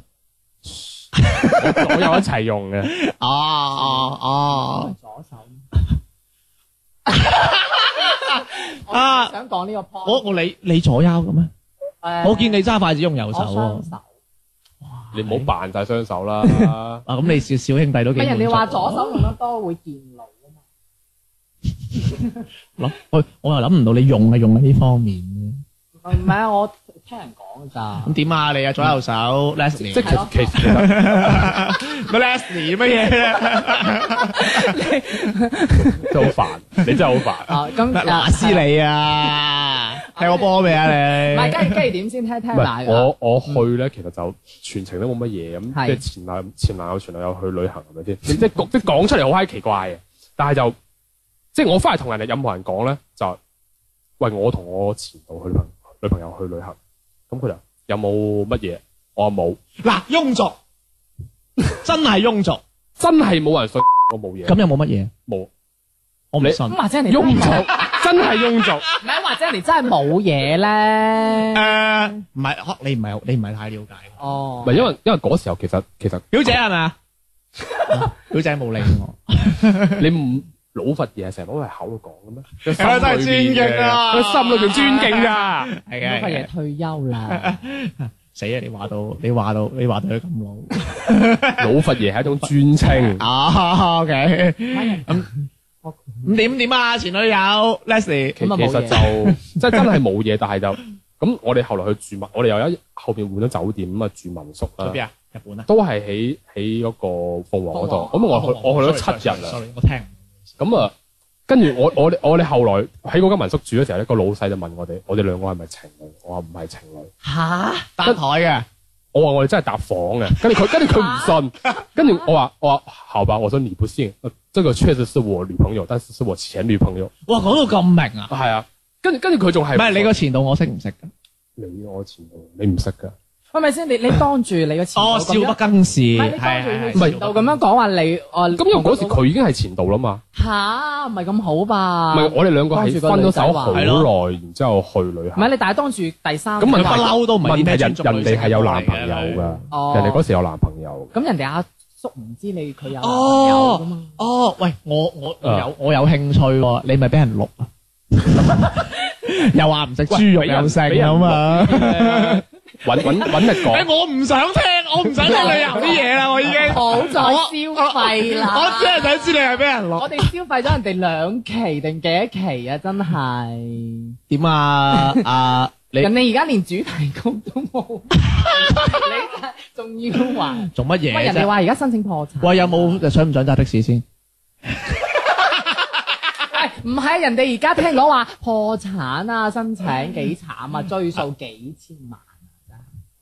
S4: 我有一齊用嘅，
S3: 哦哦哦！
S2: 左 手
S3: 啊
S2: 我想講呢個 point，
S3: 我我你你左右嘅咩？
S2: 誒
S3: 我見你揸筷子用右手
S2: 我雙
S3: 喎。
S2: 手，
S4: 你唔好扮晒雙 手啦。
S3: 啊咁你小小兄弟都幾
S2: 咪人哋話
S3: 滿足
S2: 左
S3: 喎
S2: 手用得多會健腦啊嘛，
S3: 諗我我又諗唔到你用係用喺呢方面嘅。
S2: 唔係啊，我聽人講㗎咋
S3: 咁，點啊？你啊左右手
S4: 即
S3: Leslie，
S4: 係其其其實
S3: 乜 Leslie 乜嘢咧？
S4: 真係好煩，你真係好煩。
S2: 啊咁
S3: 嗱，斯
S2: 嚟，
S3: 利啊，踢我波未啊
S2: 唔
S3: 你？
S2: 係跟住跟住點先聽聽
S4: 唔
S2: 埋
S4: 係
S2: 㗎嗯
S4: 我我去咧，其實就全程都冇乜嘢咁，
S2: 係
S4: 即係前男前男友前女友去旅行係咪先？ 即係講即係講出嚟好閪奇怪嘅，但係就即係我翻嚟同人哋任何人講咧，就喂我同我前度去旅行女朋友去旅行，咁佢就有冇乜嘢？我話冇，
S3: 嗱，庸俗，真係庸俗。
S4: 真係冇人信我冇嘢，
S3: 咁有冇乜嘢？
S4: 冇
S3: 我唔
S4: 你
S3: 信。
S2: 咁或者你
S4: 庸俗，真係庸俗。
S2: 唔係，或者你真係冇嘢 咧。
S3: 诶，唔係，可你唔係你唔係太了解。
S2: 哦
S4: 唔，係因為因為嗰時候其實 其實
S3: 表姐係咪啊？ 表姐冇理我，
S4: 你唔老佛爺成日攞嚟口度講嘅咩？ 佢
S3: 係啊真係
S4: 心裏邊
S3: 尊敬啊
S4: 嘅佢心裏邊尊敬㗎。
S3: 係
S2: 老佛
S3: 嘅
S2: 爺。退休 啦，
S3: 死啊！你話到，你話到，你話到佢咁
S4: 老佛爺係一種尊稱。
S3: 老 啊？OK，咁咁點點 啊？前女友 Leslie，
S4: 其其
S2: 咁啊冇嘢
S4: 實就即係真係冇嘢，但係就咁，我哋後來去住民，我哋又一後邊換咗酒店咁啊，住民宿
S3: 去
S4: 啦，
S3: 邊啊？日本啊？
S4: 都係喺喺嗰個鳳凰嗰度。咁我去我去咗七日啦。
S3: Sorry，我聽唔
S4: 咁啊，跟住我我哋我哋後來喺嗰間民宿住嘅時候咧，個老細就問我哋：我哋兩個係咪情侶？我話唔係情侶。
S3: 吓搭台嘅，
S4: 我話我哋真係搭房嘅，跟住佢跟住佢唔信，跟住我話我話好吧，我說你不信，呃這個確實是我女朋友，但是是我前女朋友，
S3: 哇講到咁明啊！
S4: 係啊，跟住跟住佢仲係
S3: 唔係你
S4: 個
S3: 個前度我識唔識㗎？
S4: 你我前度你唔識㗎，
S2: 係咪先？你你當住你個前
S3: 哦，
S2: 度咁
S3: 少不
S2: 樣，
S3: 更事，
S2: 唔係
S3: 係
S2: 你當住
S3: 係係
S2: 佢前度咁樣講話你，哦
S4: 咁因為嗰時佢已經係前度啦嘛，
S2: 吓唔係咁好吧？
S4: 唔係我哋兩個係分咗手好
S3: 係咯
S4: 耐，然之後去旅
S2: 唔係
S4: 行。
S2: 你，但係當住第三
S4: 咁
S3: 佢
S4: 問
S3: 不
S4: 題
S3: 嬲都唔係
S4: 問
S3: 啲
S4: 題
S3: 咩
S4: 人
S3: 尊重
S4: 人哋係有男朋友㗎，
S3: 㗎。
S2: 哦
S4: 人哋嗰時有男朋友。
S2: 咁人哋阿叔唔知你佢有男朋友㗎
S3: 哦
S2: 嘛？
S3: 哦，喂，我我我
S4: 啊
S3: 有我有興趣喎，你咪俾人錄啊！又話唔食豬肉
S4: 俾人
S3: 又食
S4: 俾人
S3: 咁 啊！
S4: 揾揾揾日
S3: 哎
S4: 講，
S3: 我唔想聽，我唔想 聽你有啲嘢啦，我已 經。
S2: 好再消費啦！
S3: 我只係想知你係俾人
S2: 我
S3: 錄。
S2: 哋消費咗人哋兩期定幾多期啊？真係，
S3: 點啊？啊，你
S2: 人哋而家連主題曲都冇，你仲要話？
S3: 做乜
S2: 喂，
S3: 嘢
S2: 人哋
S3: 啫？
S2: 話而家申請破產，
S3: 喂，有冇想唔想揸的士先？
S2: 喂？唔係人哋而家聽講話破產啊，申請幾慘啊，追數幾千萬。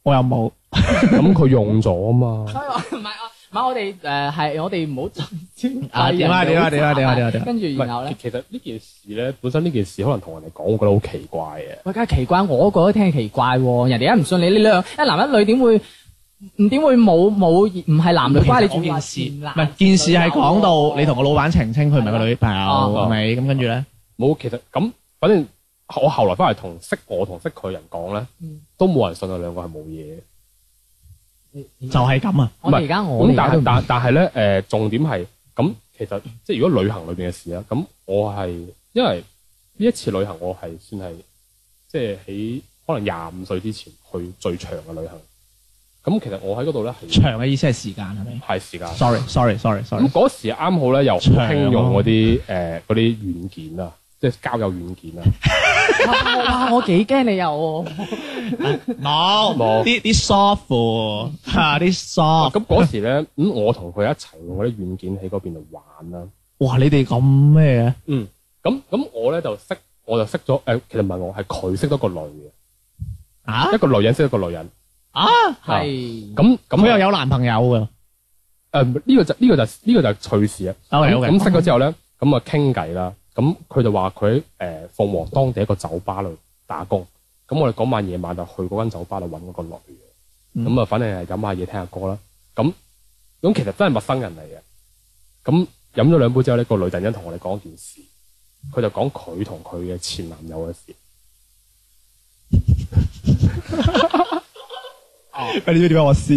S3: 我又冇。
S4: 咁佢用咗啊嘛。
S2: 所以我唔係我唔係我哋誒係我哋唔好再消
S3: 啊
S2: 費
S3: 點啊
S2: 人哋好慘
S3: 點啊點啊點啊點啊
S2: 跟住
S4: 唔
S2: 然後咧
S4: 係，。其實呢件事咧，本身呢件事可能同人哋講，我覺得好奇怪嘅。
S2: 喂，梗係奇怪，我覺得聽係奇怪喎。人哋一唔信你，你兩一男一女點會唔點會冇冇唔係男女關係？你
S3: 講
S2: 仲
S3: 件
S2: 話
S3: 事，
S2: 前
S3: 唔
S2: 男
S3: 係件事係講
S2: 前
S3: 到
S2: 女
S3: 你同個老闆澄清佢唔係個女朋友，
S2: 啊哦
S3: 係咪？咁跟住咧，
S4: 冇，其實咁，反正我後來翻嚟同識我同識佢嘅人講咧
S2: 嗯，
S4: 都冇人信我啊兩個係冇嘢。
S3: 就係咁啊！
S2: 我哋而家我
S4: 咁
S2: 哋
S4: 但
S2: 而家都
S4: 係
S2: 唔
S4: 但但係咧，誒呃重點係咁，其實即係如果旅行裏邊嘅事啦，咁我係因為呢一次旅行我係算係即係喺可能廿五歲之前去最長嘅旅行。咁其實我喺嗰度咧係
S3: 長嘅意思係時間係咪
S4: 係時間。
S3: ？Sorry，sorry，sorry，sorry
S4: 咁。嗰時啱好咧，又好興
S3: 長
S4: 用
S3: 咯
S4: 嗰啲誒嗰啲軟件啊，即係交友軟件啊。
S2: 哇哇我幾驚你又
S3: 冇
S4: 冇
S3: 啲啲 soft 吓啲 soft。
S4: 啊咁嗰時咧，咁我同佢一齊用嗰啲軟件喺嗰邊度玩啦。
S3: 哇！你哋咁咩啊嘅？
S4: 嗯，咁咁我咧就識，我就識咗誒，其實唔係我，係佢識咗個女
S3: 啊
S4: 嘅，一個女人識咗個女人。
S3: 啊！
S2: 係
S4: 咁咁啊
S3: 佢又有男朋友㗎。
S4: 誒呢個就呢個就呢個就係趣事啊。
S3: OK OK。
S4: 咁識咗之後咧，咁啊傾偈啦。咁佢就話佢喺誒鳳凰當地一個酒吧度打工。咁我哋嗰晚夜晚就去嗰間酒吧度揾嗰個女嘅。
S3: 嗯
S4: 咁啊、反正係飲下嘢聽下歌啦。咁咁其實真係陌生人嚟嘅。咁飲咗兩杯之後咧，個女突然間同我哋講件事，佢就講佢同佢嘅前男友嘅事。
S3: 你知唔知點解我笑？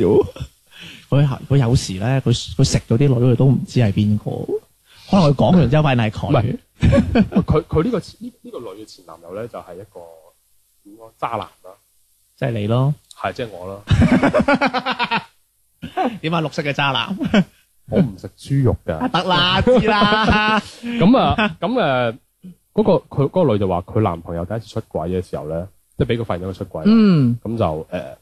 S3: 佢係佢有時咧，佢佢食咗啲女，佢都唔知係邊個。可能佢講完之後，發現係
S4: 唔
S3: 佢
S4: 係。啊佢佢呢個前呢呢、個女嘅前男友咧，就係、一個點講渣男啦，
S3: 即係你咯。
S4: 係即係我啦。
S3: 點啊？綠色嘅渣男。
S4: 我唔食豬肉㗎。
S3: 得啦，知 啦。
S4: 咁啊，咁誒，嗰個佢嗰個女就話佢男朋友第一次出軌嘅時候咧，即係俾佢發現咗佢出軌，咁、
S2: 嗯
S4: 就誒，呃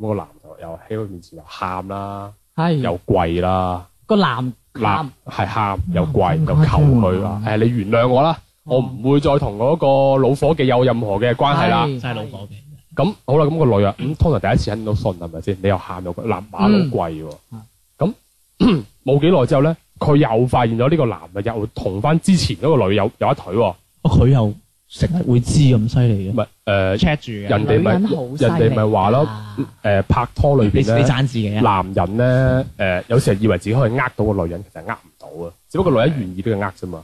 S4: 咁、個男就又喺佢面前又喊啦，
S2: 係
S4: 又跪啦，
S2: 個男
S4: 嗱
S2: 男
S4: 係喊又跪
S2: 咁
S4: 又
S2: 誇
S4: 求
S2: 張啊
S4: 佢話誒你原諒我啦，我唔會再同嗰個老伙計有任何嘅關係啦。
S2: 係
S3: 真係老火嘅。
S4: 咁好啦，咁、個女啊，咁通常第一次肯到信係咪先？你又喊又跪，男馬佬
S3: 嗯
S4: 跪喎。
S3: 啊
S4: 咁 冇幾耐之後咧，佢又發現咗呢個男嘅又同翻之前嗰個女有有一腿喎。啊
S3: 哦佢又成日會知咁犀利
S4: 唔
S3: 嘅
S4: 係誒
S3: check 住嘅。
S4: 人哋
S2: 女
S4: 咪
S2: 人好犀利㗎
S4: 人哋咪話咯誒呃拍拖裏
S3: 你你
S4: 邊咧，
S3: 讚自己啊？
S4: 男人咧誒、呃有時係以為自己可以呃到個女人，其實係呃唔到啊。只不過女人願意俾佢呃啫嘛。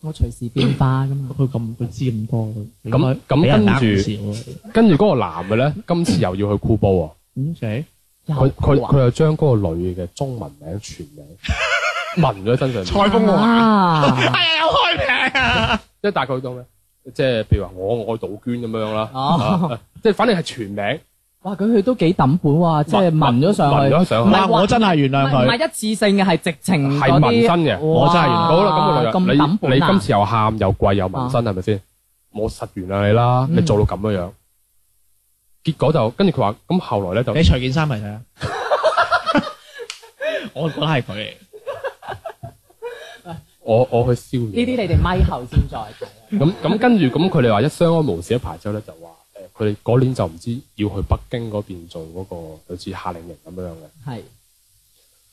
S2: 我隨時變化噶嘛。
S3: 佢咁佢知咁多，
S4: 咁咁
S3: 俾人
S4: 跟
S3: 呃唔
S4: 住
S3: 少啊
S4: 跟住嗰個男嘅咧， 今次又要去酷報喎。
S3: 嗯，OK，
S2: 又
S4: 佢佢
S2: 話
S4: 佢又將嗰個女嘅中文名全 名紋咗喺身上面，
S3: 蔡風華，
S2: 啊
S3: 係啊，有開名啊，
S4: 即係大概到咩？即係譬如話我愛杜娟咁樣啦，
S2: 哦，
S4: 啊即係反正係全名
S2: 哇！佢佢都幾抌本喎，即係紋咗上
S4: 紋
S2: 去，
S4: 咗
S3: 唔
S4: 上去。
S2: 係
S3: 係我真係原
S2: 唔
S3: 諒
S2: 係唔
S3: 佢，
S2: 係一次性嘅，係直情
S4: 係
S2: 嗰
S4: 紋
S2: 啲。
S4: 身嘅，
S2: 哇
S3: 我真係原諒
S4: 好啦，咁個女
S2: 咁抌
S4: 人，你
S2: 本
S4: 你
S2: 啊
S4: 今次又喊又貴又紋身係咪先？我實原諒你啦，
S2: 嗯
S4: 你做到咁樣樣，結果就跟住佢話，咁後來咧就
S3: 你除件衫嚟 睇啊，我覺得係佢嚟。
S4: 我我去燒嘢
S2: 呢啲你哋咪後先再睇。
S4: 咁咁跟住咁佢哋話一相安無事一排之後咧就話誒佢哋嗰年就唔知要去北京嗰邊做嗰、個類似夏令營咁樣嘅，
S2: 係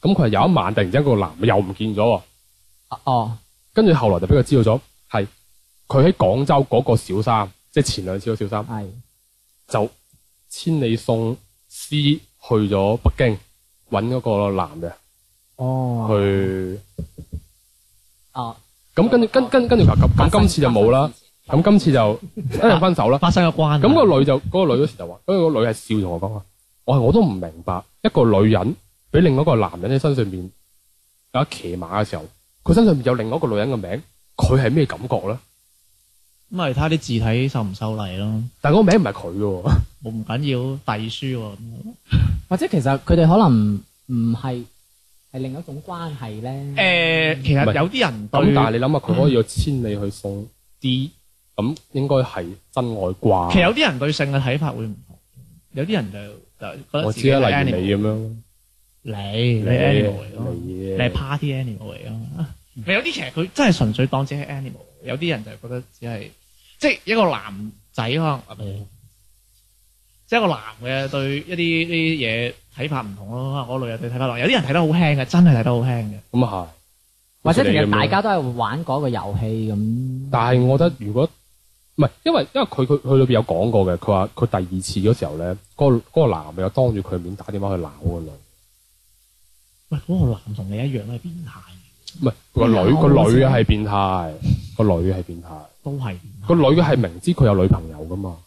S4: 咁佢係有一晚突然之間個男嘅又唔見咗喎，
S2: 啊哦，
S4: 跟住後來就俾佢知道咗係佢喺廣州嗰個小三，即係前兩次嗰個小三
S2: 係
S4: 就千里送詩去咗北京揾嗰個男嘅
S2: 哦
S4: 去，
S2: 哦，
S4: 咁跟住跟跟跟住佢話咁咁今次就冇啦，咁今次 就一陣分手啦。
S3: 發生咗關係。
S4: 咁個女就嗰、個女嗰時就話，嗰、個女係笑同我講話，我係我都唔明白，一個女人俾另外一個男人喺身上面有一騎馬嘅時候，佢身上面有另外一個女人嘅名，佢係咩感覺咧？
S3: 咁咪睇下啲字體受唔受例咯，
S4: 但係嗰個名唔係佢嘅喎，
S3: 冇唔緊要，遞書喎。
S2: 或者其實佢哋可能唔係係另一種關係咧。
S3: 誒，其
S4: 唔係
S3: 實有啲人對
S4: 咁但係，你諗下，佢可以有千里去送 D，咁應該係真愛啩？
S3: 其實有啲人對性嘅睇法會唔同，有啲人就就覺得
S4: 我
S3: 自
S4: 知
S3: 己
S4: 啦，
S3: 係
S4: 例如
S3: animal，
S4: 你咁樣，
S3: 你你 animal 嚟咯，
S4: 你
S3: 你係 party animal 嚟
S4: 嗯
S3: 咯。咪有啲其實佢真係純粹當自己係 animal，有啲人就覺得只係即係一個男仔可能，誒即係一個男嘅對一啲呢啲嘢睇法唔同咯，可能嗰個女嘅對睇法落，有啲人睇得好輕嘅，真係睇得好輕嘅。
S4: 咁啊係，
S2: 或者其實
S4: 好似你咁樣
S2: 大家都係玩嗰個遊戲咁。
S4: 但係我覺得如果唔係，因為因為佢佢佢裏邊有講過嘅，佢話佢第二次嗰時候咧，嗰、個嗰個男嘅又當住佢面打電話去鬧個女，
S3: 喂，嗰個男同你一樣都係變態，
S4: 唔係個女
S2: 鬧
S3: 啊
S4: 個女係變態，個女係變態，
S3: 都係
S4: 個女嘅係明知佢有女朋友噶嘛，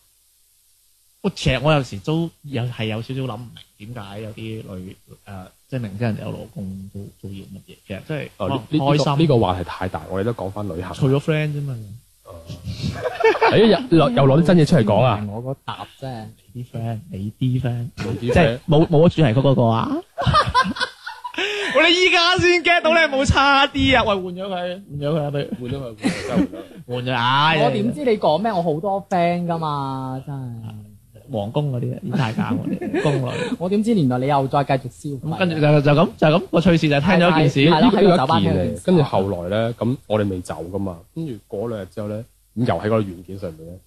S3: 我其實我有時都有係有少少諗唔明點解有啲女誒、呃即係明知人哋有老公都都要乜嘢，其實即係
S4: 啊
S3: 可
S4: 呢
S3: 能
S4: 呢呢
S3: 哦開
S4: 個
S3: 心。
S4: 呢個話題太大，我哋都講翻旅行，
S3: 除咗 friend 啫嘛，
S4: 哎呀又又攞啲真嘢出嚟講啊，
S2: 唔係我嗰答啫。
S3: 你啲 friend，你啲 friend，
S4: 即
S3: 即係冇冇咗主題曲嗰個啊！我哋依家先 get 到你係冇差啲啊！喂，換咗佢，換咗佢啊！不如
S4: 換咗佢，換咗佢
S3: 換咗唉！
S2: 我點知你講咩？我好多 friend 噶嘛，真係。
S3: 皇宮嗰啲啊，太假嗰啲宮 女。
S2: 我點知原來你又再繼續消
S3: 咁
S2: 費？
S3: 跟住就就咁就咁個趣事就係聽咗件
S2: 係
S3: 事，
S2: 啦
S4: 呢
S2: 喺個
S4: 呢
S2: 酒吧
S4: 一件
S2: 聽
S4: 嚟
S2: 嘅，
S4: 跟住後來咧，咁我哋未走噶嘛，跟住嗰兩日之後咧，咁又喺嗰個軟件上面咧，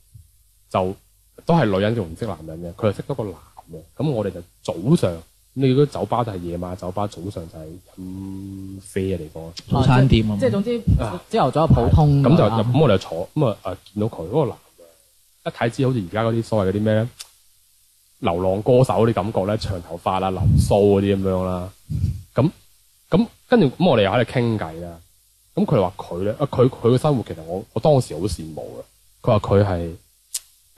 S4: 就都係女人仲唔識男人嘅，佢又識咗個男嘅，咁我哋就早上，你嗰酒吧就係夜晚酒吧，早上就係飲啡嘅地方，
S3: 早餐店啊嘛
S2: 即係總之朝頭早係普通㗎
S4: 咁就
S2: 啦
S4: 咁我哋就坐，咁啊啊見到佢嗰個男嘅，一睇知好似而家嗰啲所謂嗰啲咩咧，流浪歌手嗰啲感覺咧，長頭髮啦、留須嗰啲咁樣啦，咁咁跟住咁我哋又喺度傾偈啦，咁佢話佢咧，啊佢佢嘅生活其實我我當時好羨慕嘅，佢話佢係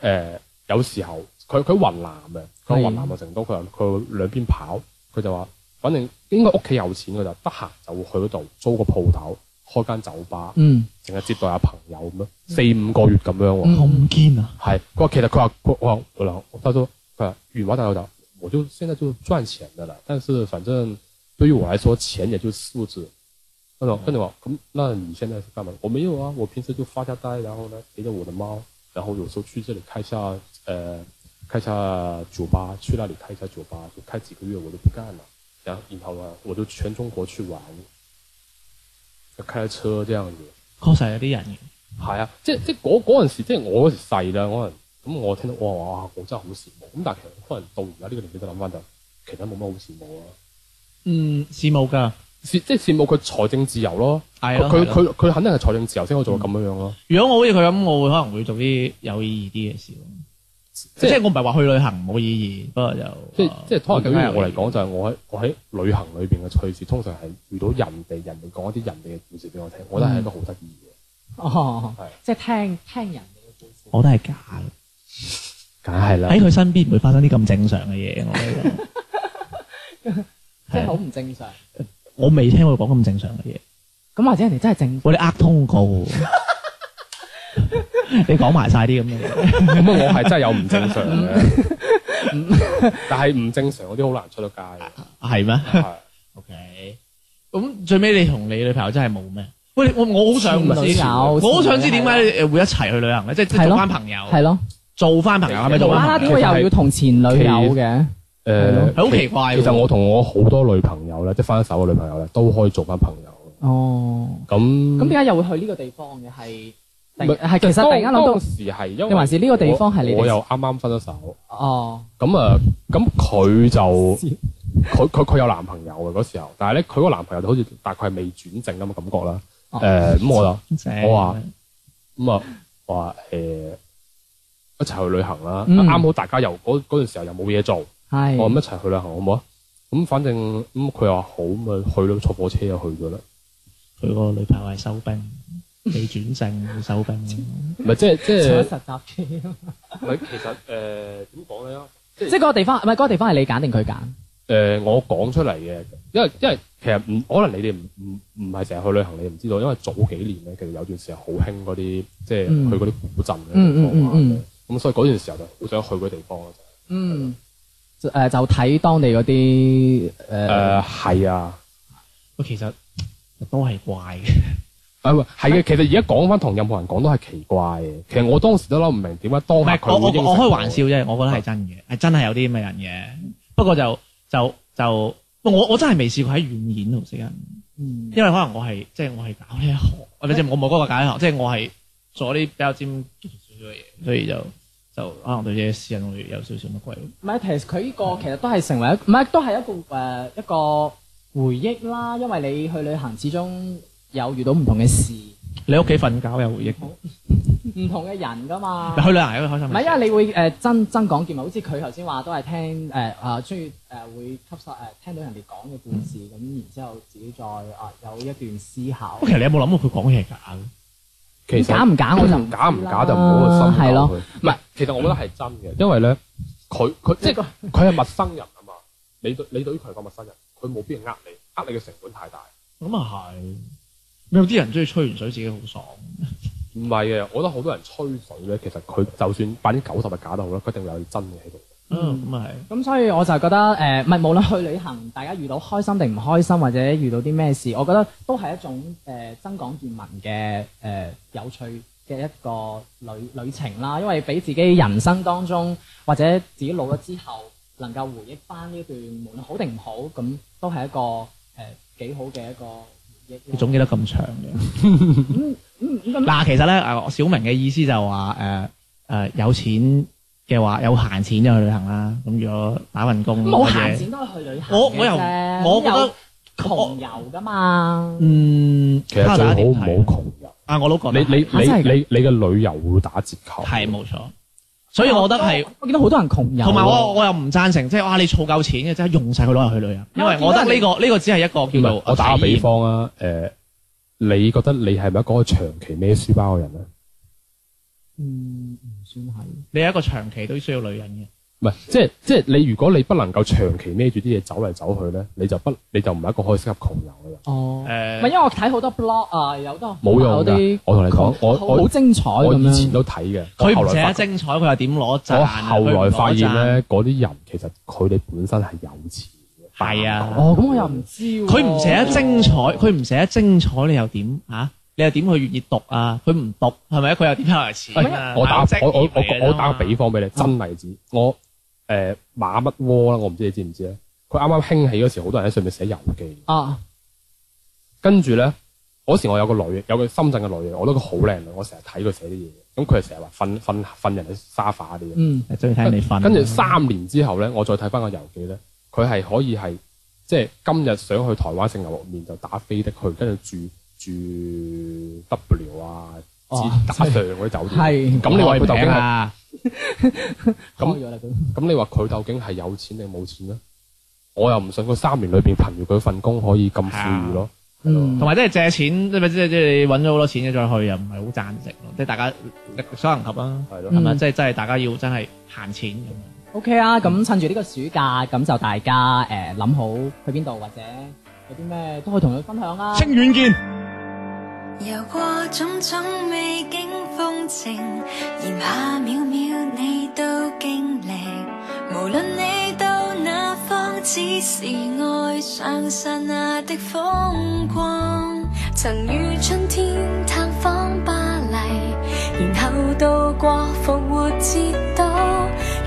S4: 誒有時候佢佢雲南嘅，佢
S2: 係
S4: 話雲南嘅成都，佢話佢兩邊跑，佢就話反正應該屋企有錢，佢就得閒就會去嗰度租個鋪頭，開間酒吧。
S2: 嗯，
S4: 淨係接待下朋友咁樣，四五個月咁樣喎。
S2: 嗯
S3: 咁堅啊！
S4: 係、佢話其實佢話佢我話我話他說佢話原話大佬講，我就現在就賺錢的啦，但是反正對於我來說，錢也就是數字。那種跟住話咁，那你現在是幹嘛？我沒有啊，我平時就發下呆，然後呢陪着我的貓，然後有時候去這裡開一下，呃，開一下酒吧，去那裡開一下酒吧，就開幾個月我就不幹了，然後然後呢我就全中國去玩，就開車這樣子。
S3: 確實有啲人嘅。
S4: 係啊，即即嗰嗰陣時，即我嗰時細啦，可能咁我聽到我話哇，我真係好羨慕。咁但係其實可能到而家呢個年紀，就諗翻就其實冇乜好羨慕啊。
S3: 嗯，羨慕㗎，
S4: 羨即羨慕佢財政自由咯，
S3: 係
S4: 佢
S3: 咯係啊
S4: 佢
S3: 咯嗯
S4: 佢佢肯定係財政自由先可以做到咁樣樣咯。
S3: 如果我好似佢咁，我會可能會做啲有意義啲嘅事咯。
S4: 即
S3: 即係我唔係話去旅行冇意義，不過就
S4: 即
S3: 啊
S4: 即可能對於
S3: 更加有
S4: 我嚟
S3: 意義
S4: 講，就係我喺我喺旅行裏邊嘅趣事，通常係遇到人哋人哋講一啲人哋嘅故事俾我聽，我覺得係一個好得意
S3: 嗯
S4: 嘅。
S2: 哦
S4: 係，
S2: 即係聽聽人哋嘅故事。
S3: 我都係假嘅。
S4: 梗係啦
S3: 喺佢身邊唔會發生啲咁正常嘅嘢，我覺得
S2: 即係好唔正常。
S3: 我未聽過講咁正常嘅嘢。
S2: 咁或者人哋真係正，
S3: 喂，你呃通告喎，你講埋晒啲咁嘅嘢，
S4: 咁啊我係真係有唔正常 嘅，但係唔正常嗰啲好難出到街嘅。
S3: 係咩
S4: 係
S3: ？OK，咁最尾你同你女朋友真係冇咩？喂，我我好想
S2: 前女
S3: 知，
S2: 友
S3: 我好想知點解你誒會一齊去旅行咧？即係即係
S2: 係咯
S3: 做翻朋友，
S2: 係咯，
S3: 做翻朋友係咪
S4: 其實
S3: 做
S2: 無
S3: 翻
S2: 啦啦
S3: 朋
S2: 點
S3: 友？
S2: 會又要同前女友嘅？
S4: 誒，
S3: 係好奇怪喎
S4: 哎其實我同我好多女朋友咧，即係分咗手嘅女朋友咧，都可以做翻朋友。
S2: 哦，
S4: 咁
S2: 咁
S4: 咁
S2: 點解又會去呢個地方嘅？係突然
S4: 嗯唔係
S2: 係其實突然間諗
S4: 當
S2: 到，
S4: 時係因為
S2: 定還是呢個地方係你哋
S4: 我又啱啱分咗手，
S2: 哦，
S4: 咁啊，咁佢就佢佢佢有男朋友嘅嗰時候，但係咧佢個男朋友就好似大概係未轉正咁嘅感覺啦。
S2: 哦
S4: 誒咁我就
S3: 正
S4: 我話咁啊我話誒一齊去旅行啦，
S2: 嗯
S4: 啱好大家又嗰嗰段時候又冇嘢做，
S2: 係
S4: 我咁一齊去旅行好唔好啊？咁反正咁佢話好咁啊，去咯，坐火車就去咗啦。
S3: 佢個女朋友係收兵，未轉正收兵，
S4: 唔係即係即
S2: 坐
S4: 係
S2: 咗實習機，
S4: 唔係其實誒呃點講咧？
S2: 即係嗰個地方，唔係嗰個地方係你揀定佢揀？
S4: 誒、呃我講出嚟嘅，因為因為其實唔可能你哋唔唔唔係成日去旅行，你哋唔知道，因為早幾年咧，其實有段時間好興嗰啲即係
S2: 嗯
S4: 去嗰啲古鎮嘅地方啊
S2: 嗯嗯嗯嗯
S4: 咁所以嗰段時候就好想去嗰個地方咯。
S2: 嗯，就誒就睇當地嗰啲
S4: 誒、
S2: 誒
S4: 係啊，
S3: 喂，其實都係怪嘅。嗯
S4: 啊唔係係嘅，其實而家講翻同任何人講都係奇怪嘅。其實我當時都諗唔明點解當
S3: 唔
S4: 下
S3: 係，
S4: 佢
S3: 我
S4: 會應承
S3: 我我開玩笑
S4: 我
S3: 啫，我覺得係真嘅，係真係有啲咁嘅人嘅。不過就就就，我我真係未試過喺軟件度識人，
S2: 嗯
S3: 因為可能我係即係我係搞呢一行，或者即係我冇嗰個搞呢一行，即係我係做啲比較尖少少嘅嘢，所以就就可能對自己私隱會有少少乜鬼。
S2: 唔係，其實佢呢個其實都係成為一，唔係都係一個誒、呃一個回憶啦。因為你去旅行始終有遇到唔同嘅事、
S3: 你屋企瞓覺有回憶，
S2: 唔同嘅人噶 嘛。
S3: 去旅行有開心嘅
S2: 唔
S3: 事。
S2: 係，因為你會誒、呃真真講見聞，好似佢頭先話都係聽誒啊，中意誒會吸收誒、呃、聽到人哋講嘅故事，咁、然之後自己再啊、有一段思 考
S3: 不過。其實你有冇諗過佢講嘢係假嘅？
S4: 其實
S2: 假唔假我就唔
S4: 假唔
S2: 知啦
S4: 假啊就唔好去深
S2: 嗯係
S4: 究
S2: 咯
S4: 佢。唔係，其實我覺得係真嘅，因為咧佢佢即係佢係陌生人啊嘛。你對你對於佢係個陌生人，佢冇必要呃你，呃你嘅成本太大。
S3: 咁啊係，有啲人中意吹完水自己好爽。
S4: 唔係嘅，我覺得好多人吹水咧，其實佢就算百分之九十係假都好啦，佢一定會有啲真嘅喺度。
S3: 嗯，咁啊係。
S2: 咁所以我就覺得誒，呃唔、係無論去旅行，大家遇到開心定唔開心，或者遇到啲咩事，我覺得都係一種誒、呃、增廣見聞嘅誒、呃有趣嘅一個旅旅程啦。因為俾自己人生當中或者自己老咗之後，能夠回憶翻呢段無論好定唔好，咁都係一個誒幾、好嘅一個回憶
S3: 你
S2: 咯。
S3: 總結得咁長嘅。
S2: 咁
S3: 嗱，其實咧，誒，小明嘅意思就話誒誒有錢嘅話，有閒錢就去旅行啦。咁如果打份工，
S2: 冇
S3: 或者
S2: 閒錢都係去旅行
S3: 我我又
S2: 嘅啫
S3: 我覺
S2: 有
S3: 得
S2: 窮遊噶嘛。
S3: 嗯，
S4: 其實最好唔好
S3: 睇下
S4: 窮遊。
S3: 啊，我都覺
S4: 你
S3: 得
S4: 你
S3: 係
S2: 啊真係
S4: 你你你嘅旅遊會打折扣。
S3: 係冇錯，所以我覺得係。
S2: 我見到好多人窮遊喎，
S3: 同埋我我又唔贊成，即係哇！你儲夠錢嘅，即係用晒佢攞嚟去旅行，因為我覺得呢個呢個只係一個
S4: 唔
S3: 叫做
S4: 係我打個比
S3: 體驗，
S4: 方啊，誒，你覺得你係咪一個可以長期孭書包嘅人咧？
S2: 嗯唔算係。
S3: 你係一個長期都需要女人嘅。
S4: 唔係，即係即係你如果你不能夠長期孭住啲嘢走嚟走去咧，你就不你就唔係一個可以適合窮遊嘅人。
S2: 哦，
S3: 誒
S2: 唔係因為我睇好多 blog 啊，有好多
S4: 冇用
S2: 有
S4: 㗎
S2: 啲，
S4: 我同你講，我
S2: 好
S4: 我
S2: 好精彩
S4: 我
S2: 咁
S4: 以前
S2: 樣。
S4: 都睇嘅，我
S3: 佢
S4: 後
S3: 唔寫
S4: 來
S3: 得
S4: 發
S3: 精彩，佢又點攞贊
S4: 我
S3: 啊？
S4: 後來發
S3: 佢唔攞
S4: 現
S3: 贊
S4: 咧，嗰啲人其實佢哋本身係有錢嘅，
S3: 係啊
S2: 哦，咁我又唔知喎。
S3: 佢唔寫得精彩，佢唔寫得精彩，你又點啊？你又點去願意讀啊？佢唔讀係咪？佢又點有嚟
S4: 喂
S3: 錢啊？
S4: 我打
S3: 係
S4: 我
S3: 有職
S4: 我
S3: 業嚟嘅啫嘛
S4: 我我打個比方俾你，真例子，我誒馬乜窩啦，我唔知你知唔知咧？佢啱啱興起嗰時，好多人喺上面寫遊記，
S2: 啊，
S4: 跟住咧嗰時我有個女，有個深圳嘅女，我覺得佢好靚女，我成日睇佢寫啲嘢，咁佢係成日話瞓瞓瞓人哋沙發啲嘢。
S2: 嗯，
S3: 係中意聽你瞓。
S4: 跟住三年之後咧，我再睇翻個遊記咧，佢係可以係即係今日想去台灣食牛肉麵就打飛的去，跟住住住 W 啊，
S2: 哦
S4: 至打上嗰啲酒店。
S2: 係
S4: 咁你話佢究竟
S3: 開名
S4: 係
S2: 開
S3: 啊？
S4: 咁
S2: 咗啦佢。
S4: 咁你話佢究竟係有錢定冇錢咧？我又唔信佢三年裏邊憑住佢份工可以咁富裕咯。
S2: 嗯，
S3: 同埋啊即係借錢，即係即係即係你揾咗好多錢嘅再去，又唔係好贊成咯。即係大家力所能及啦，
S4: 係咯
S3: 係咪？
S2: 嗯
S3: 即係真係大家要真係閒錢咁樣。
S2: OK 啊，咁趁住呢個暑假，咁就大家誒諗、好去邊度或者有啲咩都可以同佢分享啦。
S3: 遠見。
S5: 游過種種美景風情，炎夏秒秒你都經歷。無論你到哪方，只是愛上剎那的風光。曾於春天探訪巴黎，然後度過復活節島。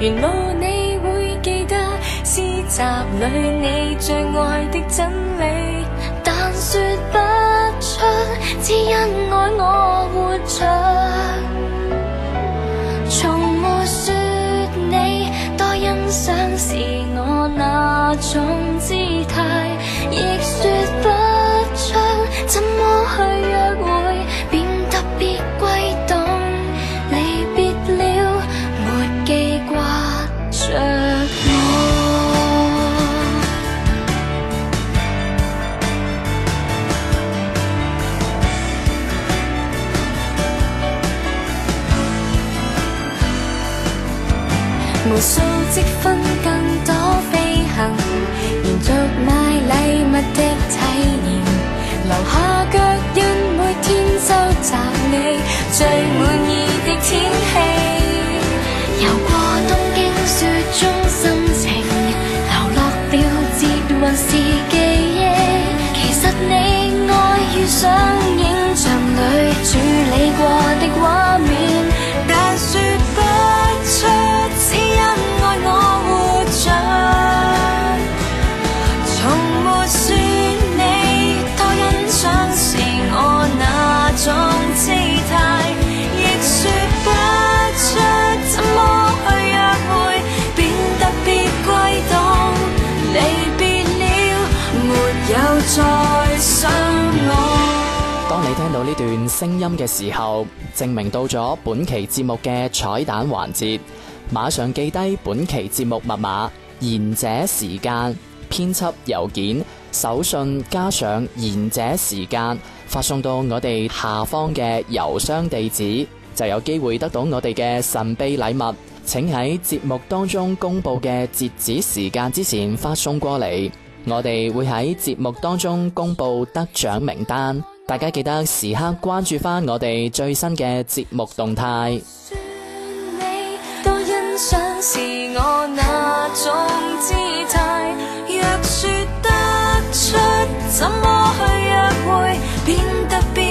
S5: 沿路你會記得詩集裏你最愛的真理，但說不出，只因愛我活着。從沒說你多欣賞是我那種姿態，亦說不出怎麼去約會，便特別悸動。離別了，沒記掛着我。無數積分更多飛行，延續買禮物的體驗，留下腳印每天收集你最滿意的天氣。遊過東京雪中心情，流落了捷運是記憶。其實你愛遇上影像裏處理過的畫面，但說不出，只因愛我活着。從沒說你多欣賞是我那種姿態，亦說不出怎麼去約會，便特別悸動。離別了，沒有再想我。
S1: 當你聽到呢段聲音嘅時候，證明到咗本期節目嘅彩蛋環節，馬上記低本期節目密碼、賢者時間、編輯郵件、手信加上賢者時間，發送到我哋下方嘅郵箱地址，就有機會得到我哋嘅神秘禮物。請喺節目當中公佈嘅截止時間之前發送過嚟。我哋會喺節目當中公布得獎名單，大家記得時刻關注翻我哋最新嘅節目動態。
S5: 說你多欣賞是我那種姿態，若說得出，怎麼去約會，便特別